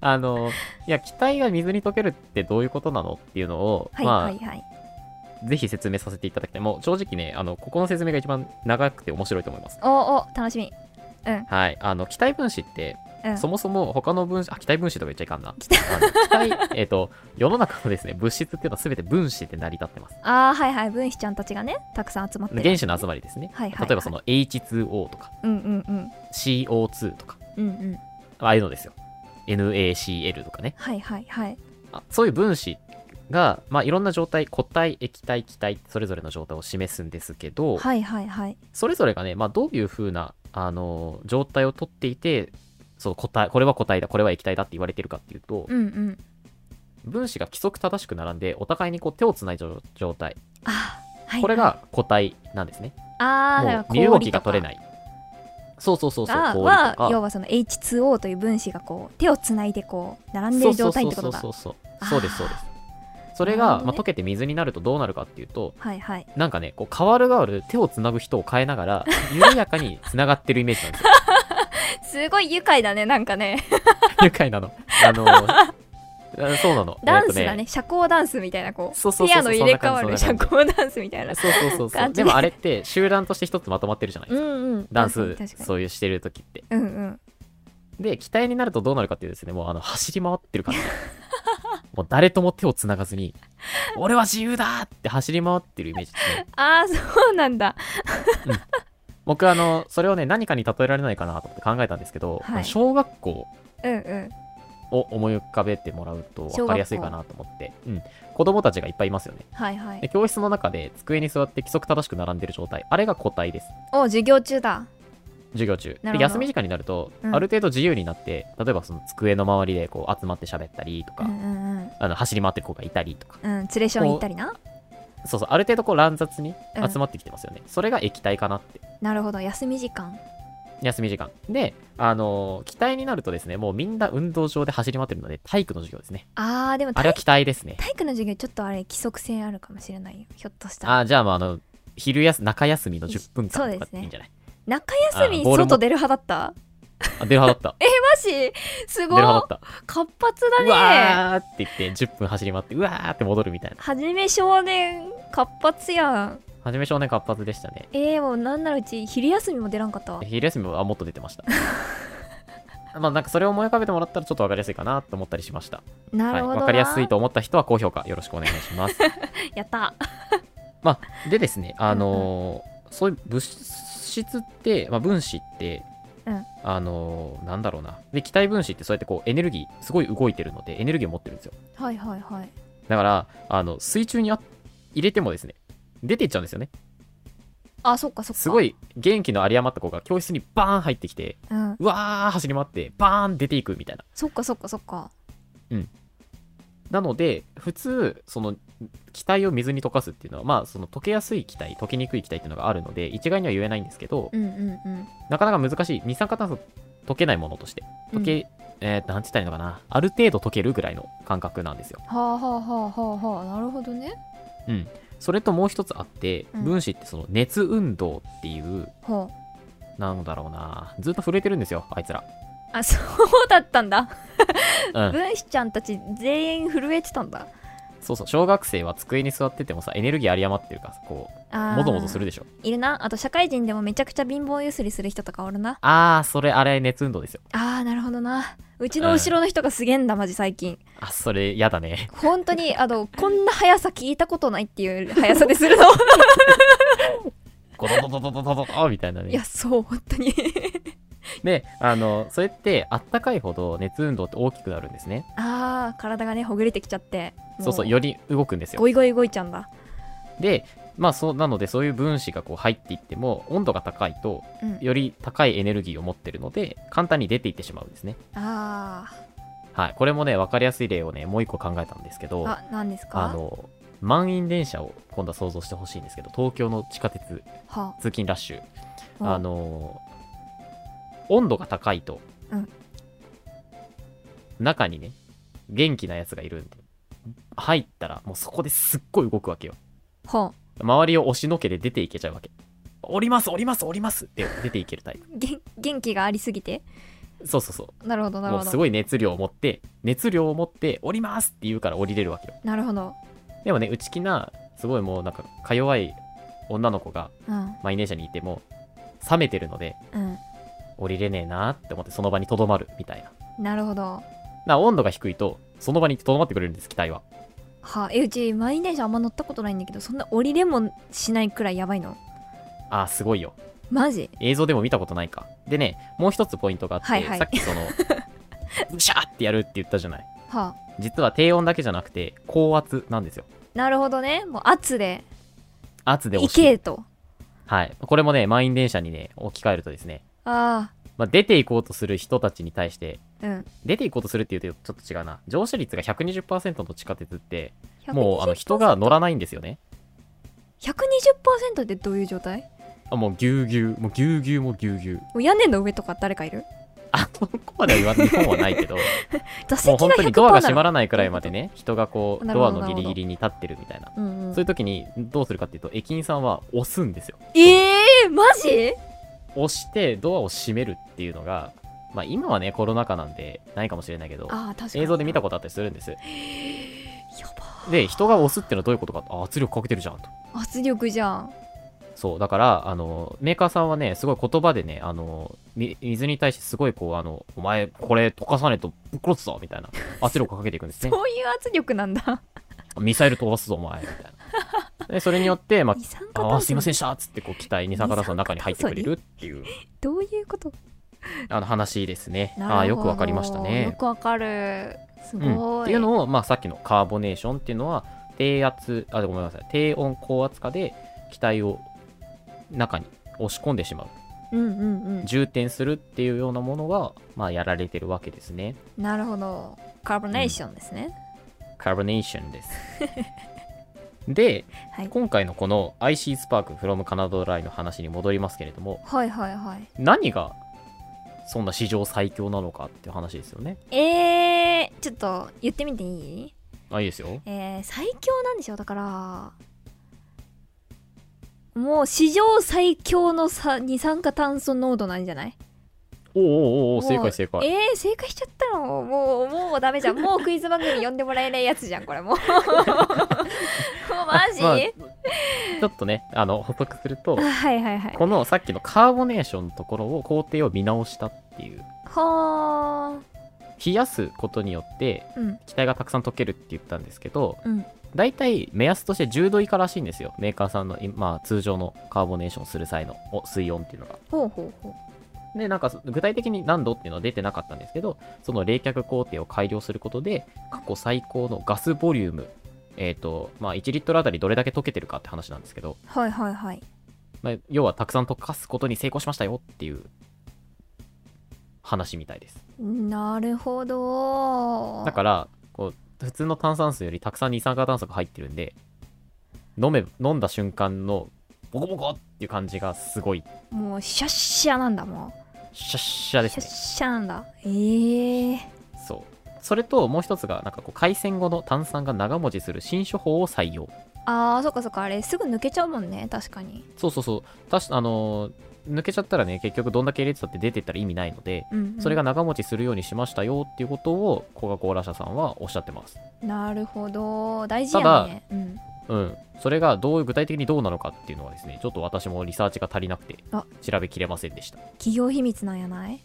Speaker 1: あの、いや、気体が水に溶けるってどういうことなのっていうのを、
Speaker 2: はいはいはい、
Speaker 1: まあ、ぜひ説明させていただきたい。もう、正直ね、あの、ここの説明が一番長くて面白いと思います。
Speaker 2: おお楽しみうん
Speaker 1: はい。あの、期待分子って、
Speaker 2: うん
Speaker 1: そもそも他の分子、あ、期待分子とか言っちゃいかん な。あの期待、えっ、と、世の中のですね、物質っていうのは全て分子で成り立ってます。
Speaker 2: ああはいはい分子ちゃんたちがねたくさん集まってる
Speaker 1: 原子の集まりですね。
Speaker 2: はいはいはい
Speaker 1: 例えばその H2O とか
Speaker 2: うんうんうん
Speaker 1: CO2 とか、
Speaker 2: うんうん
Speaker 1: ああいうのですよ。NaCl とかね。
Speaker 2: はいはいはい
Speaker 1: あそういう分子が、まあ、いろんな状態、固体、液体、気体、それぞれの状態を示すんですけど、
Speaker 2: はいはいはい
Speaker 1: それぞれがね、まあ、どういう風な、あのー状態をとっていて、そう、固体、これは固体だ、これは液体だって言われてるかっていうと、
Speaker 2: うんうん
Speaker 1: 分子が規則正しく並んで、お互いにこう手をつないだ状状態。
Speaker 2: あーはい
Speaker 1: これが固体なんですね。
Speaker 2: あーだ
Speaker 1: も
Speaker 2: か
Speaker 1: う
Speaker 2: ら
Speaker 1: 身動きが取れ
Speaker 2: い
Speaker 1: ない。そうそうそうそう、
Speaker 2: あー
Speaker 1: 氷と
Speaker 2: は
Speaker 1: か。
Speaker 2: 要はその H2O という分子がこう手をつないでこう並んでる状態ってことだ
Speaker 1: そうそうそうそうそうそうです、そうです。それ
Speaker 2: なる
Speaker 1: が、
Speaker 2: ほど
Speaker 1: まあ、
Speaker 2: ね
Speaker 1: 溶けて水になるとどうなるかっていうと、
Speaker 2: はい はい
Speaker 1: なんかね、こう、変わる変わる手をつなぐ人を変えながら、緩やかに繋がってるイメージなん ですよ。
Speaker 2: すごい愉快だねなんかね
Speaker 1: 愉快なの。あのー、あそう なの。
Speaker 2: ダンス
Speaker 1: えっ
Speaker 2: だ
Speaker 1: と
Speaker 2: ね社交ダンスみたいなこう
Speaker 1: そうそうそうそう
Speaker 2: ペアの入れ替わる
Speaker 1: そ
Speaker 2: 社
Speaker 1: んな感じ
Speaker 2: 交ダンスみたいな
Speaker 1: そうそうそうそう。
Speaker 2: 感じ
Speaker 1: で
Speaker 2: で
Speaker 1: もあれって集団として一つまとまってるじゃないで
Speaker 2: う
Speaker 1: すか。
Speaker 2: んうん
Speaker 1: ダン
Speaker 2: 確
Speaker 1: ス
Speaker 2: かに確か、に
Speaker 1: そういうしてる時って。
Speaker 2: うんうん
Speaker 1: で、機体になるとどうなるかっていうとですね、もうあの、走り回ってる 感じ。もう誰とも手を繋がずに、俺は自由だって走り回ってるイメージですね。
Speaker 2: ああそうなんだ
Speaker 1: 僕あの、それをね、何かに例えられないかなと思って考えたんですけど、
Speaker 2: はい
Speaker 1: 小学校
Speaker 2: うんうん
Speaker 1: を思い浮かべてもらうと分かりやすいかなと思って、うん。子供たちがいっぱいいますよね。
Speaker 2: はいは
Speaker 1: で
Speaker 2: い
Speaker 1: 教室の中で机に座って規則正しく並んでる状態。あれが個体です。
Speaker 2: お授業中だ
Speaker 1: 授業中
Speaker 2: な
Speaker 1: で
Speaker 2: るほど
Speaker 1: 休み時間になると、
Speaker 2: うん
Speaker 1: ある程度自由になって例えばその机の周りでこう集まって喋ったりと
Speaker 2: う
Speaker 1: か、
Speaker 2: んうんうん
Speaker 1: あの走り回ってる子がいたりとか
Speaker 2: うん、ツレション行ったりな。
Speaker 1: そうそうある程度こう乱雑に
Speaker 2: うん
Speaker 1: 集まってきてますよね、それが液体かなって
Speaker 2: なるほど、休み時間。
Speaker 1: 休み時間であのー気体になるとですねもうみんな運動場で走り回ってるので体育の授業ですね
Speaker 2: あー、でも
Speaker 1: あれ
Speaker 2: 体
Speaker 1: は気体ですね
Speaker 2: 体育の授業、ちょっとあれ、規則性あるかもしれないよ。ひょっとしたら。
Speaker 1: あーじゃあまああの昼休中休みの10分間とかっていいんじゃない、
Speaker 2: 中休み
Speaker 1: あ
Speaker 2: に
Speaker 1: ボールも
Speaker 2: 外出る派だった
Speaker 1: あ出る派だ った
Speaker 2: マジす
Speaker 1: 出
Speaker 2: ご
Speaker 1: る
Speaker 2: い
Speaker 1: 派だった
Speaker 2: 活発
Speaker 1: う
Speaker 2: だね
Speaker 1: わーって言って10分走り回ってうわーって戻るみたいな
Speaker 2: はじめ少年、活発やん。
Speaker 1: はじめ少年活発でしたね
Speaker 2: えー、もうなんならうち、昼休みも出らんかったわ。
Speaker 1: 昼休みはもっと出てました まあなんかそれを思い浮かべてもらったらちょっとわかりやすいかなと思ったりしました
Speaker 2: な
Speaker 1: はい、
Speaker 2: るほどな。
Speaker 1: わかりやすい。と思った人は高評価よろしくお願いします
Speaker 2: やった。
Speaker 1: まあでですねあのーそういう物質って、まあ、分子って、
Speaker 2: うん
Speaker 1: あのーなんだろうなで気体分子ってそうやってこうエネルギーすごい動いてるのでエネルギーを持ってるんですよ
Speaker 2: はいはいはい。
Speaker 1: だからあの水中にあ入れてもですね出ていっちゃうんですよね
Speaker 2: あ、そっかそっか。
Speaker 1: すご
Speaker 2: い。
Speaker 1: い元気の有り余った子が教室にバーン入ってきて
Speaker 2: うん。
Speaker 1: うわー走り回ってバーン出ていくみたいな
Speaker 2: そっかそっかそっか。
Speaker 1: なので、普通、その、気体を水に溶かすっていうのは、まあ、その溶けやすい気体、溶けにくい気体っていうのがあるので、一概には言えないんですけど、
Speaker 2: うんうんうん。
Speaker 1: なかなか難しい、二酸化炭素溶けないものとして、溶け、えー、なんて言ったらいいのかな、ある程度溶けるぐらいの感覚なんですよ。
Speaker 2: はあはあはあはあはあ。なるほどね。
Speaker 1: うん。それともう一つあって、
Speaker 2: うん
Speaker 1: 分子ってその熱運動っていう、
Speaker 2: ほう。
Speaker 1: なんだろうな、ずっと震えてるんですよ、あいつら。
Speaker 2: あ、そうだったん だ。
Speaker 1: うん。
Speaker 2: 分子ちゃんたち全員震えてたんだ
Speaker 1: そうそう、小学生は机に座っててもさ、エネルギー有り余ってるからさ、こう、
Speaker 2: あー
Speaker 1: もぞもぞするでしょ。
Speaker 2: いるなあと社会人でもめちゃくちゃ貧乏ゆすりする人とかおるな
Speaker 1: あー、それ、あれ、熱運動ですよ。
Speaker 2: あーなるほどなうちの後ろの人がすげえんだマジ最 近
Speaker 1: あ、それ、やだね。
Speaker 2: 本当にあのこんな速さ聞いたことないっていう速さでするの
Speaker 1: ゴドドドドドドドドみたい ない
Speaker 2: や
Speaker 1: ね。
Speaker 2: そう本当に
Speaker 1: で、あの、それって、あったかいほど熱運動って大きくなるんですね。
Speaker 2: あー体がねほぐれてきちゃって
Speaker 1: そうそう、
Speaker 2: よ
Speaker 1: より動くんですよ
Speaker 2: ゴ。イゴイ動いちゃうんだ
Speaker 1: で、まあ、そう、なので、そういう分子がこう入っていっても、温度が高いと、
Speaker 2: うん
Speaker 1: より高いエネルギーを持ってるので、簡単に出ていってしまうんですね。
Speaker 2: あ
Speaker 1: はい。これもね、わかりやすい例をね、もう一個考えたんですけ
Speaker 2: ー
Speaker 1: ど、あ
Speaker 2: あ何ですか
Speaker 1: の、満員電車を今度は想像してほしいんですけど、東京の地下鉄、
Speaker 2: は
Speaker 1: 通勤ラッシュ、
Speaker 2: あ
Speaker 1: あのー温度が高いと、
Speaker 2: うん
Speaker 1: 中にね元気なやつがいるんで入ったらもうそこですっごい動くわけよ
Speaker 2: ほう
Speaker 1: 周りを押しのけで出ていけちゃうわけ降ります降ります降りますって出ていけるタイ
Speaker 2: げん元気がありすぎて
Speaker 1: プそうそうそ
Speaker 2: なるほど
Speaker 1: う
Speaker 2: なる
Speaker 1: も
Speaker 2: ほ
Speaker 1: うす
Speaker 2: ど
Speaker 1: ごい熱量を持って熱量を持って降りますって言うから降りれるわけよ
Speaker 2: なるほど
Speaker 1: でもね内気なすごいもうなんかか弱い女の子が
Speaker 2: うん
Speaker 1: 満員電車にいても冷めてるので
Speaker 2: うん
Speaker 1: 降りれねえなって思ってその場にとどまるみたいな。だか
Speaker 2: なるほど
Speaker 1: ら温度が低いと、その場にとどまってくれるんです、機体は。
Speaker 2: はあ、えうち満員電車あんま乗ったことないんだけどそんな降りれもしないくらいやばいの
Speaker 1: ああ、すごいよ。
Speaker 2: マジ
Speaker 1: 映像でも見たことないか。でね、もう一つポイントがあって、
Speaker 2: はいはい
Speaker 1: さっきそ の、ブシャーってやるって言ったじゃない。
Speaker 2: はあ
Speaker 1: 実は低温だけじゃなくて、高圧なんですよ。
Speaker 2: なるほどねもう圧で
Speaker 1: 圧で押
Speaker 2: 行
Speaker 1: して
Speaker 2: けと
Speaker 1: はい。これもね、満員電車にね、置き換えるとですね、
Speaker 2: あ
Speaker 1: まあ、出ていこうとする人たちに対して、
Speaker 2: あうん
Speaker 1: 出ていこうとするっていうとちょっと違うな。乗車率が120%の地下鉄って、もうあの人が乗らないんですよね。
Speaker 2: 120%ってどういう状態
Speaker 1: あもうぎゅうぎゅう、もうぎゅうぎゅうもぎゅうぎゅう。
Speaker 2: もう屋根の上とか誰かいる
Speaker 1: あ、そこまでは言わない、日本はない けど、も
Speaker 2: 座席が
Speaker 1: う本当に
Speaker 2: 100%
Speaker 1: ドアが閉ま
Speaker 2: ら
Speaker 1: らないくらいまでね、人がこう、
Speaker 2: なるほ
Speaker 1: ド
Speaker 2: ど
Speaker 1: アのギリギリに立ってるみたいな。
Speaker 2: うんうん
Speaker 1: そういう時にどうするかっていうと、駅員さんは押すんですよ。
Speaker 2: ええー、マジ
Speaker 1: 押してドアを閉めるっていうのが、まあ今はね、コロナ禍なんでないかもしれないけど、
Speaker 2: ああ確かに
Speaker 1: 映像で見た
Speaker 2: こ
Speaker 1: ことあったりするんです。
Speaker 2: とやば
Speaker 1: で、人が押すってのはどういうことかあ圧力かけてるじゃんと。
Speaker 2: 圧力じゃん
Speaker 1: そう、だから、あの、メーカーさんはね、すごい言葉でね、あの、み水に対してすごいこう、あの、お前、これ溶かさねえとぶっ殺すぞみたいな圧力をかけていくんですね。
Speaker 2: そういう圧力なんだ
Speaker 1: ミサイル飛ばすぞ、お前みたいな。で、それによって、ま
Speaker 2: 二酸
Speaker 1: あ、
Speaker 2: 化
Speaker 1: あー
Speaker 2: 炭
Speaker 1: すい
Speaker 2: 素
Speaker 1: ませんでしたっつって、こう、機体二酸化炭素の中に入ってくれるっていう、
Speaker 2: どういうこと
Speaker 1: あの話ですね。
Speaker 2: なるほ
Speaker 1: あ
Speaker 2: ど
Speaker 1: あー、よくわかりました
Speaker 2: よ
Speaker 1: ね。
Speaker 2: くわかるすごい、
Speaker 1: うん。っていうのを、まあ、さっきのカーボネーションっていうのは、低圧、あ、ごめんなさい、低温高圧化で機体を中に押し込んでしまう。
Speaker 2: うんうんうん
Speaker 1: 充填するっていうようなものが、まあ、やられてるわけですね。
Speaker 2: なるほどカーボネーションですね、
Speaker 1: カーボネーション です。で、
Speaker 2: はい
Speaker 1: 今回のこの IC スパーク from カナダドライの話に戻りますけれども、
Speaker 2: はいはいはい
Speaker 1: 何がそんな史上最強なのかっていう話ですよね。
Speaker 2: えー、ちょっと言ってみていい
Speaker 1: あ、いいですよ。
Speaker 2: えー、最強なんでしょうだからもう史上最強のさ二酸化炭素濃度なんじゃない
Speaker 1: おうおうおうおう
Speaker 2: もう
Speaker 1: 正解正解。
Speaker 2: えー、正解しちゃったのもうもうダメ じゃんもうクイズ番組呼んでもらえないやつじゃんこれもうもうマジ、
Speaker 1: まあ
Speaker 2: あ
Speaker 1: ちょっとね、あの、補足すると、
Speaker 2: はいはいはい
Speaker 1: このさっきのカーボネーションのところを工程を見直したっていう、
Speaker 2: は
Speaker 1: 冷やすことによって
Speaker 2: ーうん
Speaker 1: 気体がたくさん溶けるって言ったんですけど、
Speaker 2: うん
Speaker 1: 大体目安として10度以下らしいんですよメーカーさんの、まあ、通常のカーボネーションする際のお水温っていうのが
Speaker 2: ほうほうほ
Speaker 1: でなんかそ具体的に何度っていうのは出てなかったんですけどその冷却工程を改良することで過去最高のガスボリュームえっ、とまあ1リットルあたりどれだけ溶けてるかって話なんですけど、
Speaker 2: うはいはいはい
Speaker 1: まあ、要はたくさん溶かすことに成功しましたよっていう話みたいです
Speaker 2: なるほど
Speaker 1: だからこう普通の炭酸水よりたくさん二酸化炭素が入ってるんで飲め飲んだ瞬間のボコボコっていう感じがすごい
Speaker 2: もうシャッシャなんだも
Speaker 1: シャッシャ
Speaker 2: う
Speaker 1: で
Speaker 2: シャ
Speaker 1: す
Speaker 2: ッ
Speaker 1: ね
Speaker 2: シャなんだえー、
Speaker 1: そうそれともう一つがなんかこう海鮮後の炭酸が長持ちする新処方を採用
Speaker 2: あーそっかそっかあれすぐ抜けちゃうもんね確かに
Speaker 1: そうそうそう確かあのー抜けちゃったらね結局どんだけ入れてたって出てったら意味ないので
Speaker 2: うん、
Speaker 1: それが長持ちするようにしましたよっていうことをコカ・コーラ社さんはおっしゃってます
Speaker 2: なるほど大事やねうん
Speaker 1: うん、それがどう具体的にどうなのかっていうのはですねちょっと私もリサーチが足りなくて
Speaker 2: あ
Speaker 1: 調べきれませんでした
Speaker 2: 企業秘密なんやない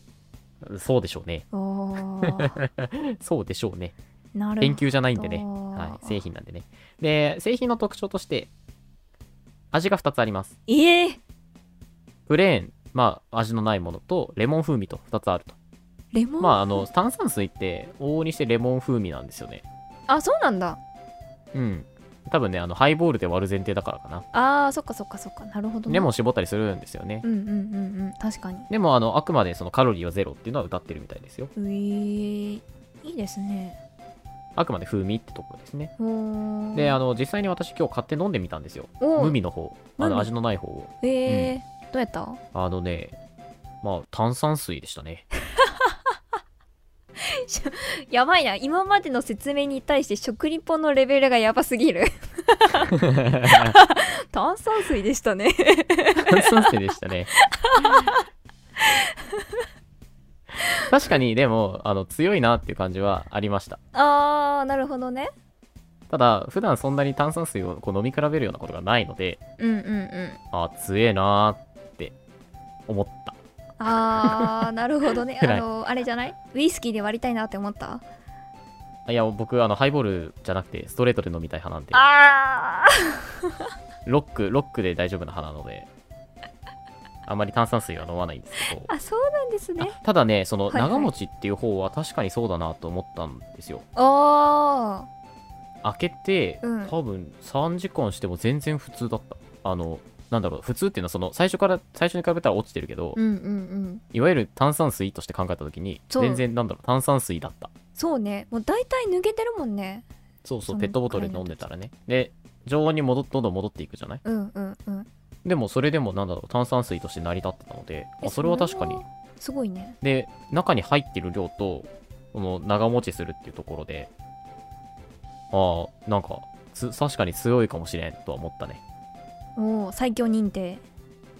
Speaker 1: そうでしょうね
Speaker 2: おー
Speaker 1: そうでしょうね
Speaker 2: なる
Speaker 1: 研
Speaker 2: ほど
Speaker 1: 究じゃないんでね、は、
Speaker 2: はい
Speaker 1: 製品なんでねで製品の特徴として味が2つあります
Speaker 2: えー、
Speaker 1: プレーンまあ味のないものとレモン風味と2つあると
Speaker 2: レモン
Speaker 1: まああの炭酸水って往々にしてレモン風味なんですよね
Speaker 2: あそうなんだ
Speaker 1: うん多分ねあのハイボールで割る前提だからかな
Speaker 2: あーそっかそっかそっかなるほどね
Speaker 1: レモン絞ったりするんですよね
Speaker 2: うんうんうんうん確かに
Speaker 1: でもあのあくまでそのカロリーはゼロっていうのは歌ってるみたいですよ
Speaker 2: うえー、いいですね
Speaker 1: あくまで風味ってところですね。
Speaker 2: おー
Speaker 1: で、あの、実際に私今日買って飲んでみたんですよ。
Speaker 2: お
Speaker 1: 無味の方。あ
Speaker 2: 無
Speaker 1: の、
Speaker 2: 味
Speaker 1: 味のない方を。
Speaker 2: えーどうやった
Speaker 1: あのね、まあ、炭酸水でしたね。
Speaker 2: やばいな今までの説明に対して食リポのレベルがやばすぎる 炭酸水でしたね
Speaker 1: 炭酸水でしたね。確かに、でも、あの、強いなっていう感じはありました。
Speaker 2: あーなるほどね
Speaker 1: ただ、普段そんなに炭酸水をこう飲み比べるようなことがないので、
Speaker 2: うんうんうん
Speaker 1: あ、強えなーって思った。
Speaker 2: あーなるほ どねあ
Speaker 1: 偉い
Speaker 2: のあれじゃないウイスキーで割りたいなって思った
Speaker 1: いや、僕、あの、ハイボールじゃなくて、ストレートで飲みたい派なんで、
Speaker 2: あ
Speaker 1: ロック、ロックで大丈夫な派なので、あまり炭酸水は飲まないんですけど、
Speaker 2: あそうなんですね
Speaker 1: ただね、その、
Speaker 2: はいはい
Speaker 1: 長持ちっていう方は確かにそうだなと思ったんですよ。
Speaker 2: あ
Speaker 1: 開けて、
Speaker 2: うん
Speaker 1: 多分3時間しても全然普通だった。あの、なんだろう、普通っていうのは、その、最初から、最初に比べたら落ちてるけど、
Speaker 2: ーうんうんうん
Speaker 1: いわゆる炭酸水として考えた時に、
Speaker 2: そう
Speaker 1: 全然、なんだろう、炭酸水だった。
Speaker 2: そうねもう大体抜けてるもんね
Speaker 1: そうそ、
Speaker 2: そうの
Speaker 1: ペットボトルで飲んでたらね。で、常温に戻っどんどん戻っていくじゃない
Speaker 2: うんうんうん
Speaker 1: でもそれでもなんだろう炭酸水として成り立ってたので
Speaker 2: え
Speaker 1: あそれは確かに
Speaker 2: それはすごいね
Speaker 1: で中に入ってる量とこの長持ちするっていうところでああなんかつ確かに強いかもしれんとは思ったね
Speaker 2: おお最強認定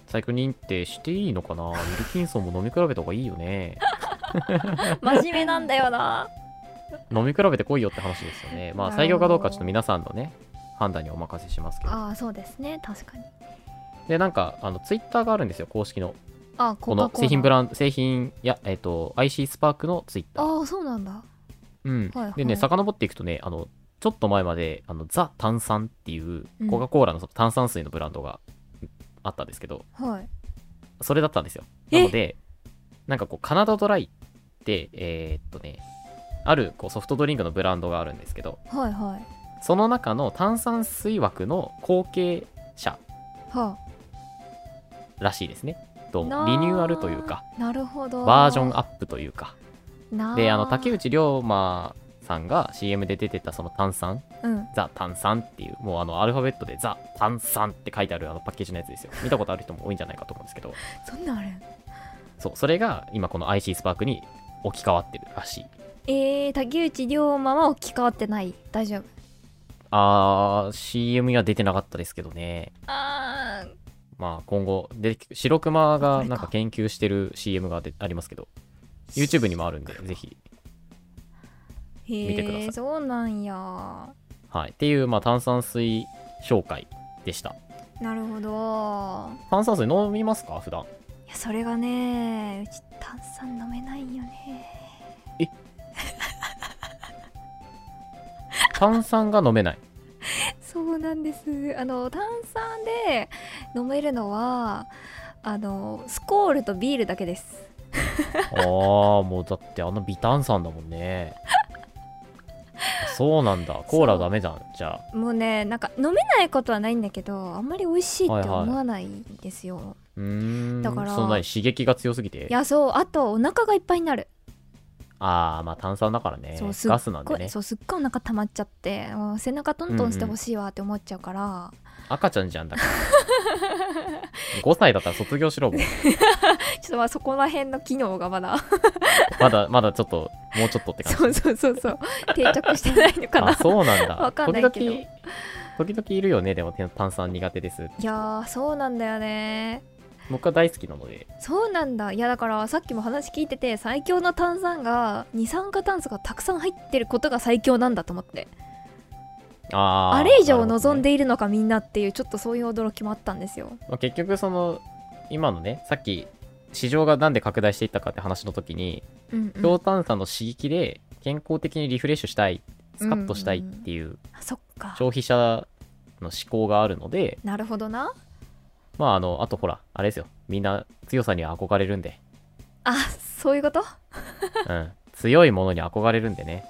Speaker 1: 最強認定していいのかなウィルキンソンも飲み比べた方がいいよ ね
Speaker 2: 真面目なんだよな
Speaker 1: 飲み比べてこいよって話ですよねまあ
Speaker 2: なるほど
Speaker 1: 採用かどうかはちょっと皆さんのね判断にお任せしますけど
Speaker 2: ああそうですね確かに
Speaker 1: でなんかあのツイッターがあるんですよ公式の
Speaker 2: あコ
Speaker 1: こ
Speaker 2: カ
Speaker 1: の
Speaker 2: コーラ
Speaker 1: 製品ブランド製品いやえっ、と IC スパークのツイッター
Speaker 2: ああそうなんだ
Speaker 1: うん
Speaker 2: はいはい
Speaker 1: でね、遡っていくとね、あの、ちょっと前まで、あの、ザ・炭酸っていう
Speaker 2: うん、
Speaker 1: コカ・コーラのその炭酸水のブランドがうんあったんですけど、
Speaker 2: はい
Speaker 1: それだったんですよ。
Speaker 2: え
Speaker 1: なので、なんかこう、カナダドライって、えーっとね、あるこうソフトドリンクのブランドがあるんですけど、
Speaker 2: はいはい
Speaker 1: その中の炭酸水枠の後継者
Speaker 2: は
Speaker 1: らしいですね。どう
Speaker 2: な
Speaker 1: も、
Speaker 2: あ
Speaker 1: リニューアルというか、
Speaker 2: あなるほど
Speaker 1: バージョン
Speaker 2: ア
Speaker 1: アップというか。
Speaker 2: ッ
Speaker 1: で、あの、竹内涼真さんが CM で出てたその炭酸
Speaker 2: うん
Speaker 1: ザ・炭酸っていう、もうあのアルファベットでザ・炭酸って書いてあるあのパッケージのやつですよ。見たことある人も多いんじゃないかと思うんですけど、
Speaker 2: そんなんある
Speaker 1: そう、それが今この IC スパークに置き換わってるらしい。
Speaker 2: えー、竹内涼真は置き換わってない大丈夫
Speaker 1: あー、CM には出てなかったですけどね。
Speaker 2: あー
Speaker 1: まあ今後、で、白熊
Speaker 2: こ
Speaker 1: が
Speaker 2: れか
Speaker 1: なんか研究してる CM がでありますけど、YouTube にもあるんで、ぜひ。
Speaker 2: へえ
Speaker 1: 見てください
Speaker 2: そうなんや
Speaker 1: はい。っていう、まあ炭酸水紹介でした。
Speaker 2: なるほど
Speaker 1: 炭酸水飲みますか普段。
Speaker 2: いやそれがねうち炭酸飲めないよね
Speaker 1: 炭酸が飲めない。
Speaker 2: そうなんですあの炭酸で飲めるのはあのスコールとビールだけです
Speaker 1: ああもうだってあの微炭酸だもんね そうなんだコーラダメじゃんじゃあ
Speaker 2: もうねなんか飲めないことはないんだけどあんまり美味しいって思わないんですよ、
Speaker 1: うーん
Speaker 2: だから
Speaker 1: そんなに刺激が強すぎて
Speaker 2: いやそうあとお腹がいっぱいになる
Speaker 1: ああまあ炭酸だからね
Speaker 2: そうすっごい
Speaker 1: ガスなんでね
Speaker 2: そうすっごいお腹溜まっちゃってもう背中トントンしてほしいわって思っちゃうから、
Speaker 1: 赤ちゃんじゃんだから 5歳だったら卒業しろもう
Speaker 2: ちょっとまあそこら辺の機能がまだ
Speaker 1: まだまだちょっともうちょっとって感じ
Speaker 2: そうそうそうそう定着してないのかな
Speaker 1: あそうなんだ
Speaker 2: わかんないけど
Speaker 1: 時々時々いるよねでも炭酸苦手です
Speaker 2: いやーそうなんだよね
Speaker 1: 僕は大好きなので
Speaker 2: そうなんだいやだからさっきも話聞いてて最強の炭酸が二酸化炭素がたくさん入ってることが最強なんだと思って
Speaker 1: あ
Speaker 2: あ
Speaker 1: ー
Speaker 2: れ以上望
Speaker 1: な
Speaker 2: ん
Speaker 1: る
Speaker 2: でいるのかみんなっていうちょっとそういう驚きもあったんですよ
Speaker 1: ほどねまあ結局その今のねさっき市場がなんで拡大していったかって話の時に
Speaker 2: うん、うん
Speaker 1: 強炭酸の刺激で健康的にリフレッシュしたいスカッとしたいっていう
Speaker 2: あそっか
Speaker 1: 消費者の思考があるので
Speaker 2: なるほどな
Speaker 1: まああのあとほらあれですよみんな強さには憧れるんで、
Speaker 2: あそういうこと
Speaker 1: うん、強いものに憧れるんで ね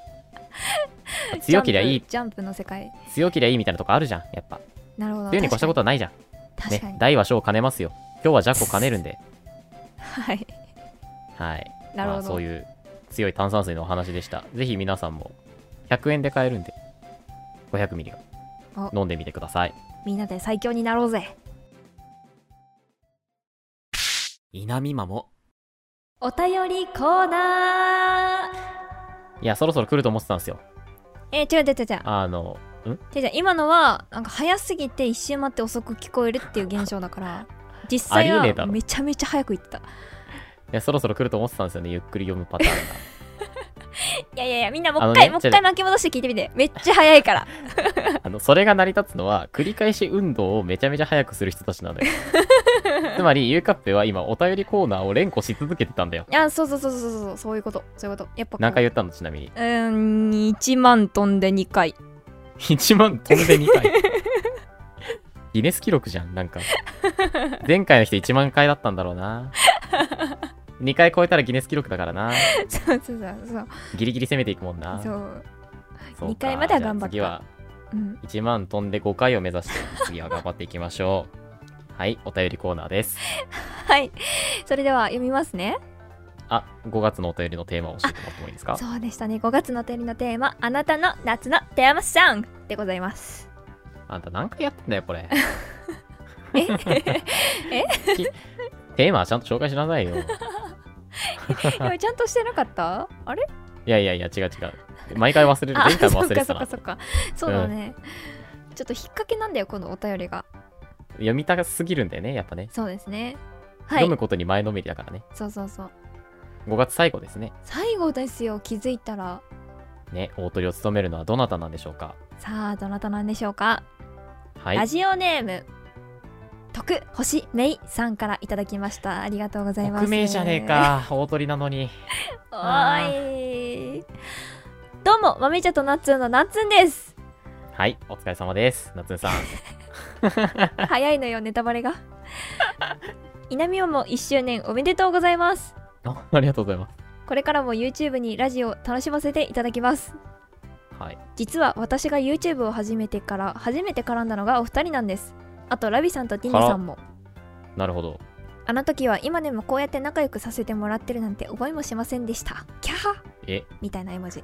Speaker 1: 強けりゃいい
Speaker 2: ジャンプジャンプの世界
Speaker 1: 強けりゃいいみたいなとこあるじゃんやっぱ
Speaker 2: なるほど
Speaker 1: 強いに越したことはないじゃん
Speaker 2: 確かに
Speaker 1: ね大は小を兼ねますよ今日は弱を兼ねるんで
Speaker 2: はい
Speaker 1: はい
Speaker 2: なる
Speaker 1: ま
Speaker 2: ほ
Speaker 1: あ、
Speaker 2: ど、
Speaker 1: そういう強い炭酸水のお話でしたぜひ皆さんも100円で買えるんで500ミリが
Speaker 2: お
Speaker 1: 飲んでみてください
Speaker 2: みんなで最強になろうぜ
Speaker 3: 稲見まも。
Speaker 2: お便りコーナー
Speaker 1: いやそろそろ来ると思ってたんですよ
Speaker 2: えー、違う違う違う違う
Speaker 1: あの、ん
Speaker 2: 違う違う今のはなんか早すぎて一周待って遅く聞こえるっていう現象だから実際
Speaker 1: ありえねえだ
Speaker 2: は
Speaker 1: ろ
Speaker 2: めちゃめちゃ早く言ってたい
Speaker 1: いやそろそろ来ると思ってたんですよね、ゆっくり読むパターンが。
Speaker 2: やいやいやみんなもう一
Speaker 1: あの
Speaker 2: 回、
Speaker 1: ね
Speaker 2: もう
Speaker 1: ちょ
Speaker 2: 一
Speaker 1: っと
Speaker 2: 回巻き戻して聞いてみてめっちゃ早いから
Speaker 1: あのそれが成り立つのは、繰り返し運動をめちゃめちゃ早くする人たちなのよ。つまり、ゆうかっぺは今、お便りコーナーを連呼し続けてたんだよ。
Speaker 2: あそうそうそうそうそうそうそういうことそういうことやっぱこう
Speaker 1: 何回言ったのちなみに。
Speaker 2: うーん1万飛んで2回
Speaker 1: 1万飛んで2回。 ギネス記録じゃん、なんか。前回の人1万回だったんだろうな。2回超えたらギネス記録だからな。
Speaker 2: そうそうそうそう
Speaker 1: ギリギリ攻めていくもんな。
Speaker 2: そう
Speaker 1: そう
Speaker 2: 二
Speaker 1: か
Speaker 2: 回までは頑張った
Speaker 1: じゃあ
Speaker 2: うん
Speaker 1: 次は1万飛んで5回を目指して、次は頑張っていきましょう。はい、お便りコーナーです。
Speaker 2: はいそれでは読みますね
Speaker 1: あ、5月のお便りのテーマを教えてもらってもいいですか
Speaker 2: そうでしたね5月のテレビのテーマ「あなたの夏のテーマソング」でございます
Speaker 1: あんた何回やってんだよ、これ。
Speaker 2: え
Speaker 1: きテーマはちゃんと紹介しなさいよ。
Speaker 2: 今ちゃんとしてなかったあれ
Speaker 1: いやいやいや、違う違う。毎回忘れる。
Speaker 2: あ
Speaker 1: 前回も忘
Speaker 2: そっ
Speaker 1: れ
Speaker 2: か
Speaker 1: て
Speaker 2: そ
Speaker 1: た
Speaker 2: っ
Speaker 1: な
Speaker 2: か。そっかそうだね、ちょっと引っ掛けなんだよこのお便りが
Speaker 1: 読みたすぎるんだよね、やっぱね。
Speaker 2: そうですねは
Speaker 1: 読
Speaker 2: い
Speaker 1: むことに前のめりだからね。
Speaker 2: そうそうそう
Speaker 1: 5月最後ですね。
Speaker 2: 最後ですよ気づいたら
Speaker 1: ね、大鳥を務めるのはどなたなんでしょうか。
Speaker 2: さあどなたなんでしょうか、
Speaker 1: はい
Speaker 2: ラ。ジオネーム徳星めいさんからいただきましたありがとうございます
Speaker 1: 匿名じゃねえか。大鳥なのに。
Speaker 2: おーいどうもまめちゃとなっつんのなっつんです
Speaker 1: はい、お疲れ様です。夏さん。
Speaker 2: 早いのよネタバレが稲見マも1周年おめでとうございます
Speaker 1: あありがとうございます。
Speaker 2: これからも YouTube にラジオを楽しませていただきます
Speaker 1: はい。
Speaker 2: 実は私が YouTube を始めてから初めて絡んだのがお二人なんですあとラビさんとティニさんも
Speaker 1: なるほど。
Speaker 2: あの時は今でもこうやって仲良くさせてもらってるなんて思いもしませんでしたキャハ
Speaker 1: え、
Speaker 2: みたいな絵文字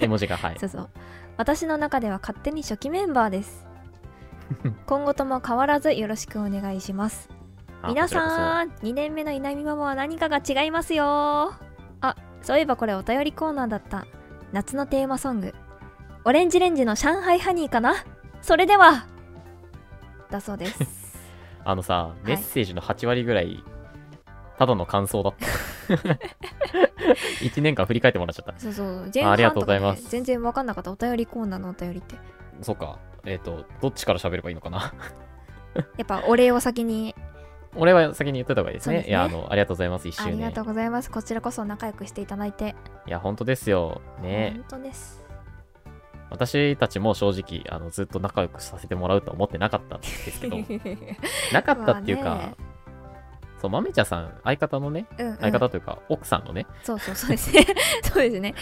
Speaker 1: 絵文字が、はい。
Speaker 2: そうそう私の中では勝手に初期メンバーです 今後とも変わらずよろしくお願いします
Speaker 1: あ
Speaker 2: 皆
Speaker 1: こ
Speaker 2: さん2年目の稲見ママは何かが違いますよあそういえばこれお便りコーナーだった夏のテーマソング「オレンジレンジの上海ハニー」かなそれではだそうです
Speaker 1: ちらこそあのさ、メッセージの8割ぐらい、ただの感想だった。1年間振り返ってもらっちゃった。
Speaker 2: そうそう前
Speaker 1: ありが
Speaker 2: 半
Speaker 1: とうござ
Speaker 2: とか、
Speaker 1: いま
Speaker 2: ね
Speaker 1: す、
Speaker 2: 全然分かんなかったお便りコーナーのお便りって
Speaker 1: そっか。えっ、と、どっちから喋ればいいのかな。
Speaker 2: やっぱお礼を先に
Speaker 1: 俺は先に言ってた方がいいです
Speaker 2: そう
Speaker 1: ね。
Speaker 2: ですね
Speaker 1: いや、あの、ありがとうございます、一周
Speaker 2: あり
Speaker 1: 年。
Speaker 2: がとうございますこちらこそ仲良くしていただいて
Speaker 1: いや、本当ですよ。ね、
Speaker 2: 本当です
Speaker 1: 私たちも正直、あの、ずっと仲良くさせてもらうとは思ってなかったんです けど、なかったっていう
Speaker 2: まあ
Speaker 1: か
Speaker 2: ね、
Speaker 1: そう、まめちゃさん、相方のね、
Speaker 2: うんうん
Speaker 1: 相方というか、奥さんのね、
Speaker 2: そうそうそうですね そうですね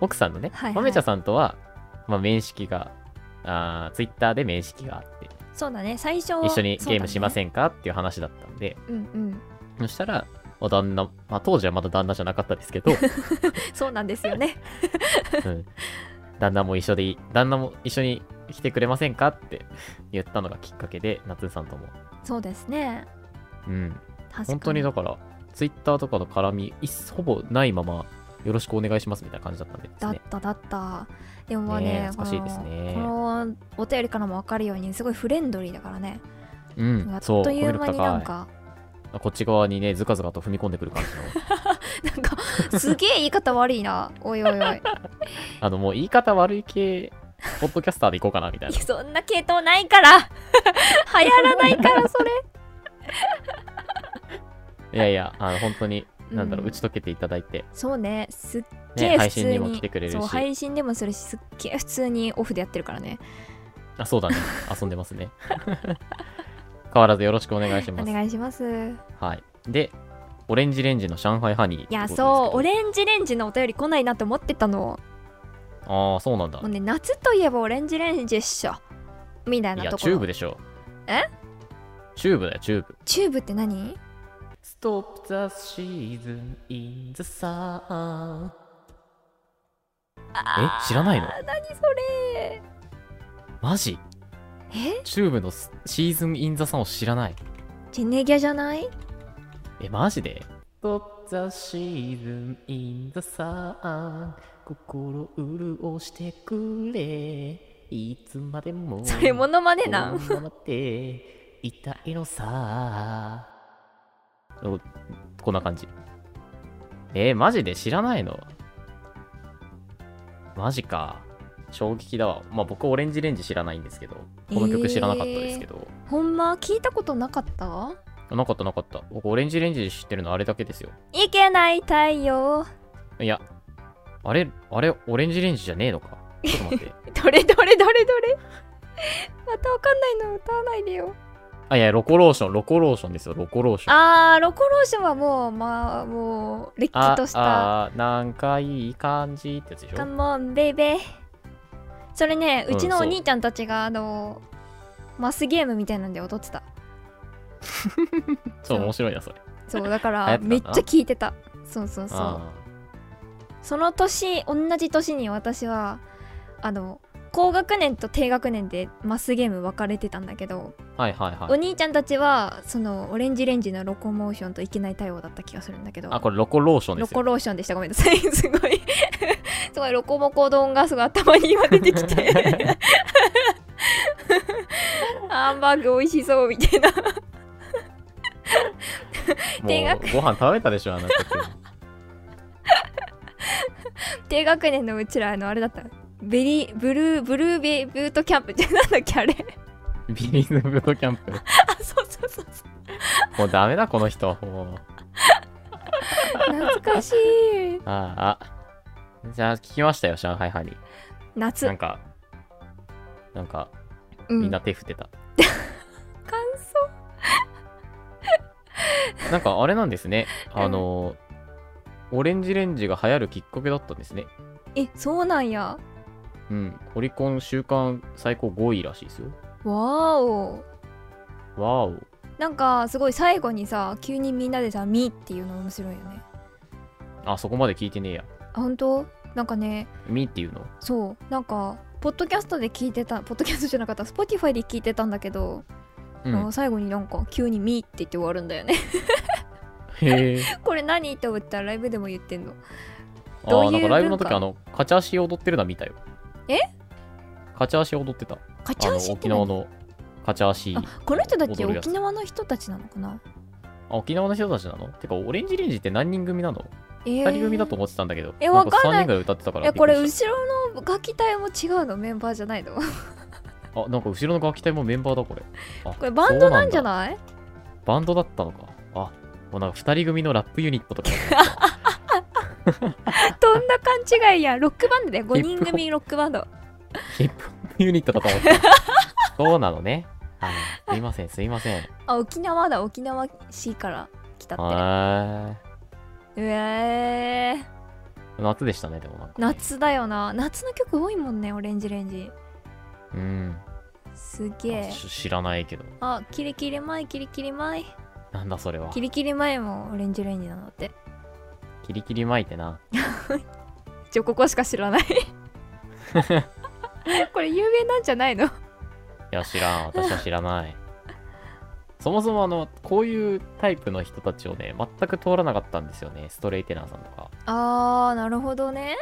Speaker 1: 奥さんのね
Speaker 2: はいは、い
Speaker 1: まめちゃさんとは、まあ、面識が、あツイッター Twitter で面識があって、
Speaker 2: そうだね最初は
Speaker 1: 一緒にゲームしま
Speaker 2: ん
Speaker 1: せんかっていう話だったんで、
Speaker 2: うんうん
Speaker 1: そしたら、まあ旦那、まあ、当時はまだ旦那じゃなかったです けど、
Speaker 2: そうなんですよね
Speaker 1: うん旦那も一緒でいい、旦那も一緒に来てくれませんかって言ったのがきっかけで、夏さんとも。
Speaker 2: そうですね
Speaker 1: うん。
Speaker 2: 確かに
Speaker 1: 本当にだから、ツイッターとかの絡み、いっほぼないまま、よろしくお願いしますみたいな感じだったんでです
Speaker 2: だっ
Speaker 1: ね。
Speaker 2: ただったでもまあね
Speaker 1: ねえ懐かしいですね
Speaker 2: このこのお便りからも分かるようにすごいフレンドリーだからね
Speaker 1: うん
Speaker 2: あ、っ
Speaker 1: そう、
Speaker 2: という間になん
Speaker 1: コミュ力
Speaker 2: か
Speaker 1: 高いこっち側にね、ずかずかと踏み込んでくる感じの。
Speaker 2: なんかすげえ言い方悪いなおいおいおい いや
Speaker 1: あの、もう言い方悪い系、ポッドキャスターでいこうかなみたいな。
Speaker 2: そんな系統ないから 流行らないからそれ
Speaker 1: いやいや、あの、本当に、 なんだろ
Speaker 2: う
Speaker 1: う、
Speaker 2: ん
Speaker 1: 打ち解けていただいて、
Speaker 2: そうねすっげ
Speaker 1: ね、
Speaker 2: え
Speaker 1: 配
Speaker 2: 普通
Speaker 1: 信
Speaker 2: に,、
Speaker 1: にも来てくれる
Speaker 2: そう
Speaker 1: し、
Speaker 2: 配信でもするしすっげえ普通にオフでやってるからね
Speaker 1: あ、そうだね、遊んでますね。変わらずよろしくお願いし
Speaker 2: お
Speaker 1: ます。
Speaker 2: 願いします
Speaker 1: はい。で、オレンジレンジの上海ハニーってこと
Speaker 2: い
Speaker 1: で
Speaker 2: や
Speaker 1: すけど。
Speaker 2: そうオレンジレンジのお便り来ないなと思ってたの
Speaker 1: ああ、そうなんだ
Speaker 2: もう。ね夏といえばオレンジレンジっしょみたい
Speaker 1: い
Speaker 2: な
Speaker 1: や、
Speaker 2: とこ
Speaker 1: チ
Speaker 2: ろ
Speaker 1: ューブでしょ。
Speaker 2: え
Speaker 1: チューブだよ、チューブ。
Speaker 2: チューブって何
Speaker 1: Stop the season in the sun え知らないの
Speaker 2: あー何それ
Speaker 1: マジ
Speaker 2: え
Speaker 1: チューブのスシーズンインザさんを知らない
Speaker 2: ジェネギャじゃない
Speaker 1: えマジで Stop the season in the sun 心潤してくれいつまでも
Speaker 2: それモノマネな
Speaker 1: こ
Speaker 2: ん
Speaker 1: のままでいたいのさおこんな感じえー、マジで知らないのマジか衝撃だわまあ僕オレンジレンジ知らないんですけどこの曲知らなかったですけど、
Speaker 2: ほんま聞いたことなかった
Speaker 1: なかったなかった。僕、オレンジレンジで知ってるのあれだけですよ。
Speaker 2: いけない太陽。
Speaker 1: いや、あれ、あれ、オレンジレンジじゃねえのか。ちょっと待 って。
Speaker 2: どれどれどれどれまたわかんないの歌わないでよ。
Speaker 1: あ、いや、ロコローション、ロコローションですよ、ロコローション。
Speaker 2: あー、ロコローションはもう、まあ、もう、れっきとした。
Speaker 1: あーなんかいい感じってやつでし
Speaker 2: カ
Speaker 1: ょ
Speaker 2: モン、ベイベー。それね、
Speaker 1: う
Speaker 2: うんちのお
Speaker 1: そう
Speaker 2: 兄ちゃんたちが、あの、マスゲームみたいなんで踊ってた。
Speaker 1: そう面白いなそれ
Speaker 2: そう、だ か
Speaker 1: 流行
Speaker 2: ら、
Speaker 1: ってたんだ
Speaker 2: めっちゃ聞いてた。そうそうそう。
Speaker 1: あ
Speaker 2: その年、同じ年に私は、あの、高学年と低学年でマスゲーム分かれてたんだけど、
Speaker 1: ーはいはいは
Speaker 2: お
Speaker 1: い
Speaker 2: 兄ちゃんたちはそのオレンジレンジのロコモーションといけない対応だった気がするんだけど
Speaker 1: あこれロコローションで
Speaker 2: ロ
Speaker 1: すよ
Speaker 2: コローションでしたごめんなさい すごいすごいロコモコ丼がすごい頭に今出てきて ハンバーグ美味しそうみたいな
Speaker 1: も
Speaker 2: 定額
Speaker 1: うご飯食べたでしょ あなた今日
Speaker 2: 低学年のうちらあのあれだったベリーブルーブルーベブートキャンプってなんだっけあれ
Speaker 1: ビリーズブートキャンプ
Speaker 2: あそうそうそうそう
Speaker 1: もうダメだこの人もう
Speaker 2: 懐かしい
Speaker 1: あーあじゃあ聞きましたよ上海ハニーな
Speaker 2: 夏
Speaker 1: んかなんか
Speaker 2: う
Speaker 1: みん
Speaker 2: ん
Speaker 1: な手振って た、
Speaker 2: 感
Speaker 1: なんかあれなんですねあのオレンジレンジが流行るきっかけだったんですね
Speaker 2: 想えそうなんや
Speaker 1: うんオリコン週間最高5位らしいですよ
Speaker 2: わーお
Speaker 1: わお
Speaker 2: なんかすごい最後にさ急にみんなでさ「み」っていうの面白いよね
Speaker 1: あそこまで聞いてねえや
Speaker 2: あ本当なんかね
Speaker 1: みっていうの
Speaker 2: そうなんかポッドキャストで聞いてたポッドキャストじゃなかった Spotify で聞いてたんだけど、
Speaker 1: うん
Speaker 2: あ最後になんか急に「み」って言って終わるんだよね
Speaker 1: へえ
Speaker 2: これ何って思ったらライブでも言ってんの
Speaker 1: あ
Speaker 2: どうい
Speaker 1: ー
Speaker 2: う
Speaker 1: なんかライブの
Speaker 2: 文
Speaker 1: 時
Speaker 2: 化
Speaker 1: あのカチャシ踊ってるのは見たよ
Speaker 2: え
Speaker 1: カチャシ踊ってた
Speaker 2: カチ
Speaker 1: あ
Speaker 2: ャ
Speaker 1: の
Speaker 2: ーシって
Speaker 1: 沖
Speaker 2: 何
Speaker 1: 縄のカチャシあ
Speaker 2: あこの人たち
Speaker 1: 踊るやつ
Speaker 2: 沖縄の人たちなのかな
Speaker 1: 沖縄の人たちなのてかオレンジレンジって何人組なの、
Speaker 2: え
Speaker 1: 二
Speaker 2: ー、
Speaker 1: ?2 人組だと思ってたんだけど
Speaker 2: え
Speaker 1: なん
Speaker 2: わかんない
Speaker 1: 3人ぐらい歌ってたから
Speaker 2: えこれ
Speaker 1: びっくりし
Speaker 2: 後ろの楽器隊も違うのメンバーじ ゃないのこ
Speaker 1: たあなんか後ろの楽器隊もメンバーだこれあ
Speaker 2: れバンドなんじゃ
Speaker 1: い
Speaker 2: ない
Speaker 1: バンドだったのかあもうなんか2人組のラップユニット とか
Speaker 2: どんな勘違いやロックバンドだよ5
Speaker 1: ヒッ
Speaker 2: 人
Speaker 1: プホップ
Speaker 2: 組ロックバンド
Speaker 1: ヒップホップユニットだと思ってたそうなのねあのすいませんすいません
Speaker 2: あ沖縄だ沖縄市から来たっ
Speaker 1: は
Speaker 2: てうえー、
Speaker 1: ーい夏でしたねでもなんか
Speaker 2: 夏だよな夏の曲多いもんねオレンジレンジ
Speaker 1: うん
Speaker 2: すげえ
Speaker 1: し知らないけど
Speaker 2: あキリキリ前キリキリ前
Speaker 1: なんだそれは
Speaker 2: キリキリ前もオレンジレンジなのって
Speaker 1: キリキリ巻いてな
Speaker 2: ちょここしか 知らないこれ有名なんじゃないの
Speaker 1: いや知らん私は知らない そもそもあのこういうタイプの人たちをね全く通らなかったんですよねストレイテナーさんとか
Speaker 2: あーなるほどね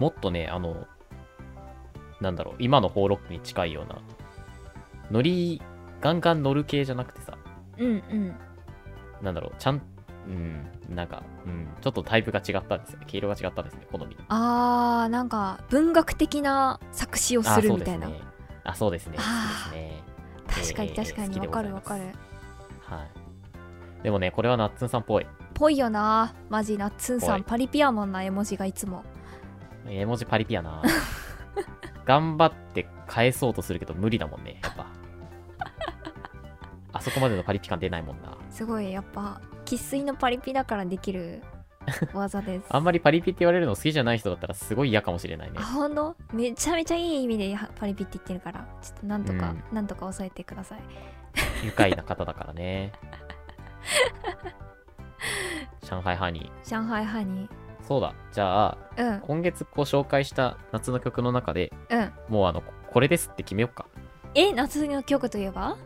Speaker 1: もっとねあのなんだろう今のホーロックに近いようなノリガンガン乗る系じゃなくてさ
Speaker 2: うんうん
Speaker 1: なんだろうちゃんうんなんかうんちょっとタイプが違ったんですよね毛色が違ったんですね好み
Speaker 2: あーなんか文学的な作詞を
Speaker 1: あ
Speaker 2: する
Speaker 1: そう
Speaker 2: み
Speaker 1: で
Speaker 2: た
Speaker 1: す
Speaker 2: いな、
Speaker 1: ねあそうですね好
Speaker 2: あー
Speaker 1: きですね
Speaker 2: 確か
Speaker 1: え
Speaker 2: に
Speaker 1: ー
Speaker 2: 確か
Speaker 1: 好き
Speaker 2: に
Speaker 1: で
Speaker 2: わ
Speaker 1: ござ
Speaker 2: か
Speaker 1: い
Speaker 2: るわ
Speaker 1: ます
Speaker 2: かる
Speaker 1: はい。でもね、これはナッツンさんっぽい。
Speaker 2: ぽいよなマジなっつんさ
Speaker 1: ぽ
Speaker 2: ん
Speaker 1: い
Speaker 2: パリピアモンな絵文字がいつも
Speaker 1: 絵文字パリピやな。頑張って返そうとするけど無理だもんね、やっぱ。あそこまでのパリピ感出ないもんな。
Speaker 2: すごいやっぱ生粋のパリピだからできる 技です
Speaker 1: あんまりパリピって言われるの好きじゃない人だったらすごい嫌かもしれないね
Speaker 2: あ。ほんとめちゃめちゃいい意味でパリピって言ってるからちょっとなんとか、
Speaker 1: う
Speaker 2: なんとか抑えてください
Speaker 1: 愉快な方だからね。上海ハニ
Speaker 2: 上海ハ
Speaker 1: ー。
Speaker 2: ニ
Speaker 1: そうだ。じゃあ、
Speaker 2: ーうん
Speaker 1: 今月ご紹介した夏の曲の中で、
Speaker 2: うん
Speaker 1: もうあの、これですって決めようか。
Speaker 2: え夏の曲といえば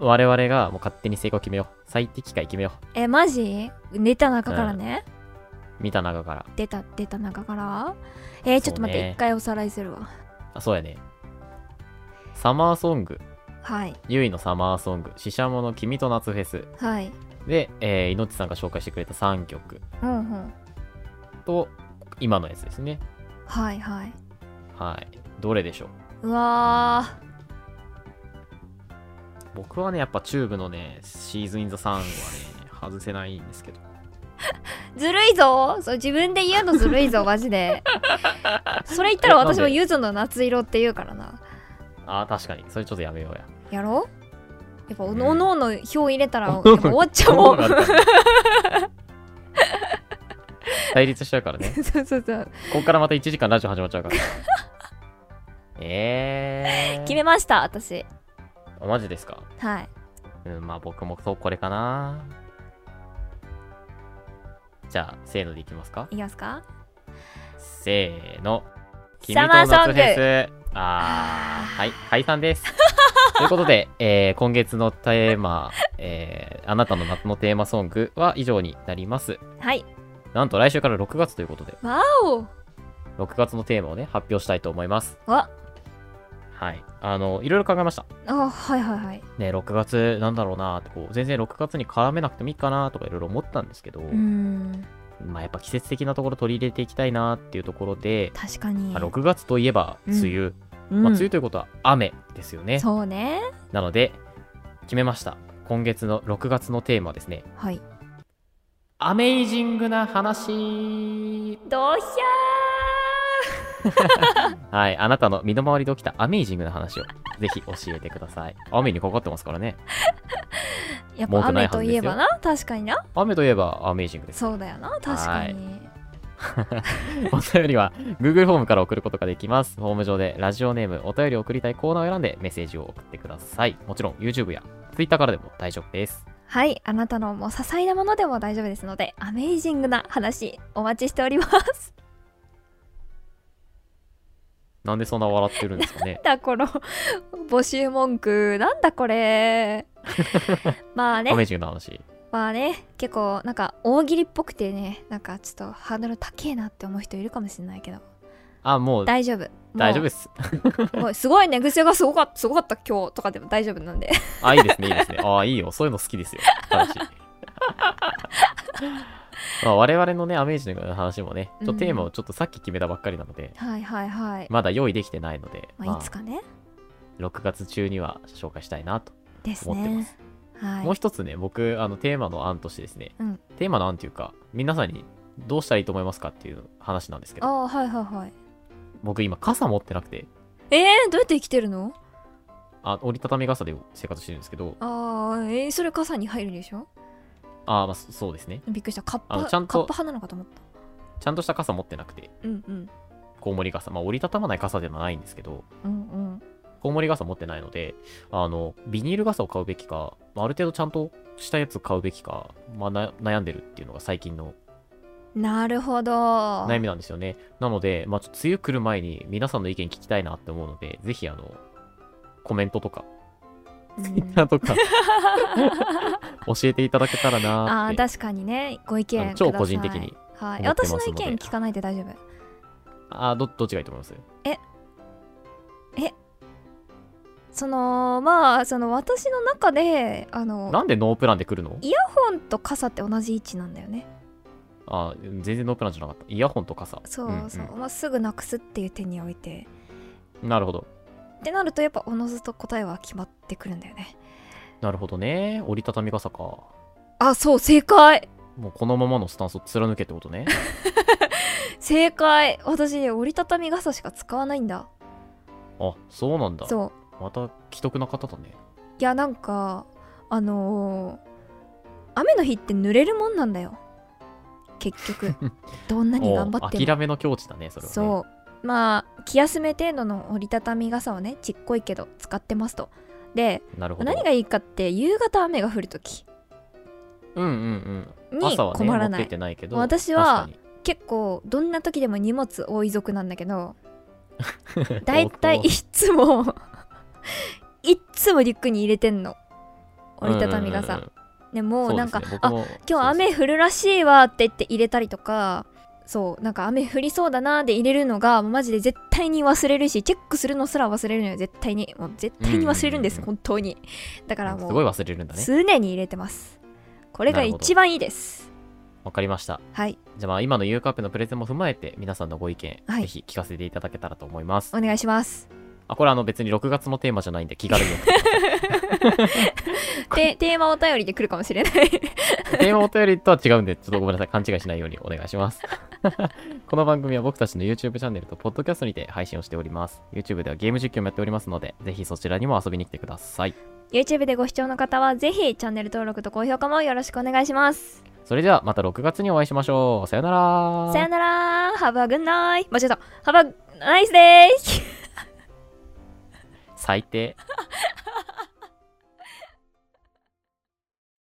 Speaker 1: 我々がもう勝手に成功決めよう。最適解決めよ
Speaker 2: えマジ出た中からね、
Speaker 1: う。見た中から。
Speaker 2: 出た出た中からえーちょっと待っ
Speaker 1: そう
Speaker 2: て
Speaker 1: ね
Speaker 2: 一回おさらいするわ
Speaker 1: あ、そうやね。サマーソング、
Speaker 2: はい
Speaker 1: ゆいのサマーソング、ししゃもの君と夏フェス
Speaker 2: はい
Speaker 1: で、えー、いのちさんが紹介してくれた3曲
Speaker 2: うんうん
Speaker 1: と、今のやつですね。
Speaker 2: はいはい
Speaker 1: はい。どれでしょ
Speaker 2: うわ
Speaker 1: 僕はね、やっぱチューブのね、シーズン・イン・ザ・サンはね、外せないんですけど。
Speaker 2: ずるいぞそう自分で言うのずるいぞマ ジでそれ言ったら
Speaker 1: えなんで
Speaker 2: 私もゆずの夏色って言うからな
Speaker 1: ああ、確かに。それちょっとやめ ようや。
Speaker 2: やろうやっぱおの
Speaker 1: う
Speaker 2: お
Speaker 1: ん
Speaker 2: のおの票入れ たらやっぱ終わっちゃうも
Speaker 1: ど
Speaker 2: ん
Speaker 1: うなるか対立しちゃうからね。
Speaker 2: そうそうそう
Speaker 1: ここからまた1時間ラジオ始まっちゃう から。えー。
Speaker 2: 決めました私
Speaker 1: あマジですか
Speaker 2: はい
Speaker 1: うん、まあ僕もそうこれかな。じゃあ、せーのでいきますか。
Speaker 2: いきますか
Speaker 1: せーの。
Speaker 2: サマーソング
Speaker 1: 編集あー、はい、解散 です。ということで、えー今月のテーマ、えーあなたの夏のテーマソングは以上になります。
Speaker 2: はい
Speaker 1: なんと来週から6月ということで、
Speaker 2: わお
Speaker 1: 6月のテーマをね、発表したいと思います。
Speaker 2: わ
Speaker 1: はい。あの、いろいろ考えました。
Speaker 2: あはいはいはい
Speaker 1: ね、6月なんだろうなってこう、全然6月に絡めなくてもいいかなとかいろいろ思ったんですけど、
Speaker 2: うーん
Speaker 1: まあやっぱ季節的なところ取り入れていきたいなっていうところで、
Speaker 2: 確かに
Speaker 1: まあ6月といえば梅雨、
Speaker 2: うん
Speaker 1: まあ、梅雨ということは雨ですよね。
Speaker 2: そうね
Speaker 1: なので、決めました。今月の6月のテーマはですね、
Speaker 2: はい
Speaker 1: アメイジングな話。
Speaker 2: どうし
Speaker 1: はい、あなたの身の回りで起きたアメイジングな話をぜひ教えてください。雨にかかってますからね。
Speaker 2: ゃーやっ
Speaker 1: 文
Speaker 2: ぱ
Speaker 1: 句ないは
Speaker 2: 雨
Speaker 1: ず
Speaker 2: と
Speaker 1: ですよ
Speaker 2: いえばな確かにな
Speaker 1: 雨といえばアメイジングです。
Speaker 2: そうだよな確かに
Speaker 1: お便りは Google フォームから送ることができます。フォーム上でラジオネーム、お便りを送りたいコーナーを選んでメッセージを送ってください。もちろん YouTube や Twitter からでも大丈夫です。
Speaker 2: はいあなたのもう些細なものでも大丈夫ですのでアメイジングな話お待ちしております。
Speaker 1: なんでそんな笑ってるんですかね
Speaker 2: だこの募集文句なんだ これまあ
Speaker 1: アメ
Speaker 2: ね
Speaker 1: イジングな話。
Speaker 2: まあね結構なんか大喜利っぽくてねなんかちょっとハードル高えなって思う人いるかもしれないけど
Speaker 1: あ、もう
Speaker 2: 大丈夫もう
Speaker 1: 大丈夫です。
Speaker 2: すごいすごいね癖がすごかったすごかった今日とかでも大丈夫なんで
Speaker 1: あ、いいですね、いいですね。あ、いいよ。そういうの好きですよ。話。 まあ、我々のね、アメージの話もね、ちょっとテーマをちょっとさっき決めたばっかりなので、
Speaker 2: はいはいはい
Speaker 1: まだ用意できてないので、
Speaker 2: まあ
Speaker 1: ま
Speaker 2: いつ
Speaker 1: あ
Speaker 2: かね
Speaker 1: 6月中には紹介したいなと
Speaker 2: です
Speaker 1: 思ってま
Speaker 2: ね
Speaker 1: す。
Speaker 2: はい
Speaker 1: もう一つね、僕、あのテーマの案としてですね、
Speaker 2: うん
Speaker 1: テーマの案というか、皆さんにどうしたらいいと思いますかっていう話なんですけ
Speaker 2: あ
Speaker 1: ど、
Speaker 2: あはいはいはい
Speaker 1: 僕今傘持ってなくて、
Speaker 2: えー、どうやって生きてるの
Speaker 1: あ折りたたみ傘で生活してるんですけど、
Speaker 2: ああえー、それ傘に入るでしょ
Speaker 1: あーまあ、そそうですね。
Speaker 2: びっくりしたカッ
Speaker 1: あ
Speaker 2: パ
Speaker 1: のちゃんと
Speaker 2: カッパ派なのかと思った
Speaker 1: ちゃんとした傘持ってなくて、
Speaker 2: うんうん
Speaker 1: コウモリ傘、まあ、折りたたまない傘ではないんですけど、
Speaker 2: うんうん
Speaker 1: コウモリ傘持ってないので、あの、ビニール傘を買うべきか、まあある程度ちゃんとしたやつ買うべきか、まあ、な悩んでるっていうのが最近の
Speaker 2: なるほど
Speaker 1: 悩みなんですよね。なので、まあ、ちょっと梅雨来る前に皆さんの意見聞きたいなって思うので、ぜひ、あの、コメントとか、
Speaker 2: うん
Speaker 1: とか、教えていただけたらな
Speaker 2: あ
Speaker 1: ーっ
Speaker 2: あ
Speaker 1: て。
Speaker 2: 確かにねご意見
Speaker 1: あ
Speaker 2: く
Speaker 1: の
Speaker 2: ださい
Speaker 1: 超個人的に
Speaker 2: は
Speaker 1: 思っ
Speaker 2: い
Speaker 1: てま
Speaker 2: 私
Speaker 1: すの
Speaker 2: の
Speaker 1: で
Speaker 2: 意見聞かないで大丈夫
Speaker 1: ああ、ど、どっちがいいと思います
Speaker 2: そのまあその私の中であの
Speaker 1: なんでノープランで来るの
Speaker 2: イヤホンと傘って同じ位置なんだよね
Speaker 1: あー全然ノープランじゃなかった。イヤホンと傘。
Speaker 2: そうそう、まあ、すぐなくすっていう手において
Speaker 1: うんなるほど。
Speaker 2: ってなるとやっぱおのずと答えは決まってくるんだよね
Speaker 1: なるほどね。折りたたみ傘か。も
Speaker 2: あそう正解
Speaker 1: うこのままのスタンスを貫けってこと ね。
Speaker 2: 正解私ね折りたたみ傘しか使わないんだ
Speaker 1: あ、そうなんだ。
Speaker 2: そう
Speaker 1: また、既得な方だね。
Speaker 2: いやなんかあのー雨の日って濡れるもんなんだよ結局 どんなに頑張って
Speaker 1: お
Speaker 2: も
Speaker 1: 諦めの境地だね、それは、ね。
Speaker 2: そうまあ気休め程度の折りたたみ傘をねちっこいけど使ってますとで
Speaker 1: なるほど。
Speaker 2: 何がいいかって夕方雨が降るとき
Speaker 1: うんうんうん。
Speaker 2: に
Speaker 1: 朝はね、
Speaker 2: 困らな
Speaker 1: 持
Speaker 2: い、
Speaker 1: ってってないけど。
Speaker 2: 私は
Speaker 1: 確かに
Speaker 2: 結構どんな時でも荷物多い族なんだけどだい たいいつも いっつもリュックに入れてんの折りたたみ傘、
Speaker 1: うんうんうん
Speaker 2: でもうなんか、
Speaker 1: そうですね僕
Speaker 2: あ
Speaker 1: も
Speaker 2: 今日
Speaker 1: そう
Speaker 2: 雨降るらしいわって言って入れたりとかそうなんか雨降りそうだなーで入れるのがもうマジで絶対に忘れるしチェックするのすら忘れるのよ絶対にもう絶対に忘れるんで
Speaker 1: う
Speaker 2: す、
Speaker 1: んうん
Speaker 2: 本当にだか
Speaker 1: そう
Speaker 2: ら
Speaker 1: すご
Speaker 2: も
Speaker 1: いう忘れるんだね。
Speaker 2: 常に入れてますこれが一番いいです
Speaker 1: わかりました。
Speaker 2: はい
Speaker 1: じゃあまあ今の U カップのプレゼンも踏まえて皆さんのご意見、
Speaker 2: はい
Speaker 1: ぜひ聞かせていただけたらと思います。
Speaker 2: お願いします
Speaker 1: あ、これあの別に6月のテーマじゃないんで気軽に送ってください。
Speaker 2: テテーマお便りで来るかもしれない。
Speaker 1: テーマお便りとは違うんで、ちょっとごめんなさい。勘違いしないようにお願いします。 この番組は僕たちの YouTube チャンネルと Podcast にて配信をしております。YouTube ではゲーム実況もやっておりますので、ぜひそちらにも遊びに来てください。
Speaker 2: YouTube でご視聴の方はぜひチャンネル登録と高評価もよろしくお願いします。
Speaker 1: それではまた6月にお会いしましょう。さよなら。
Speaker 2: さよなら。Have a good night. 間違えた。Have a nice day.
Speaker 1: 最低。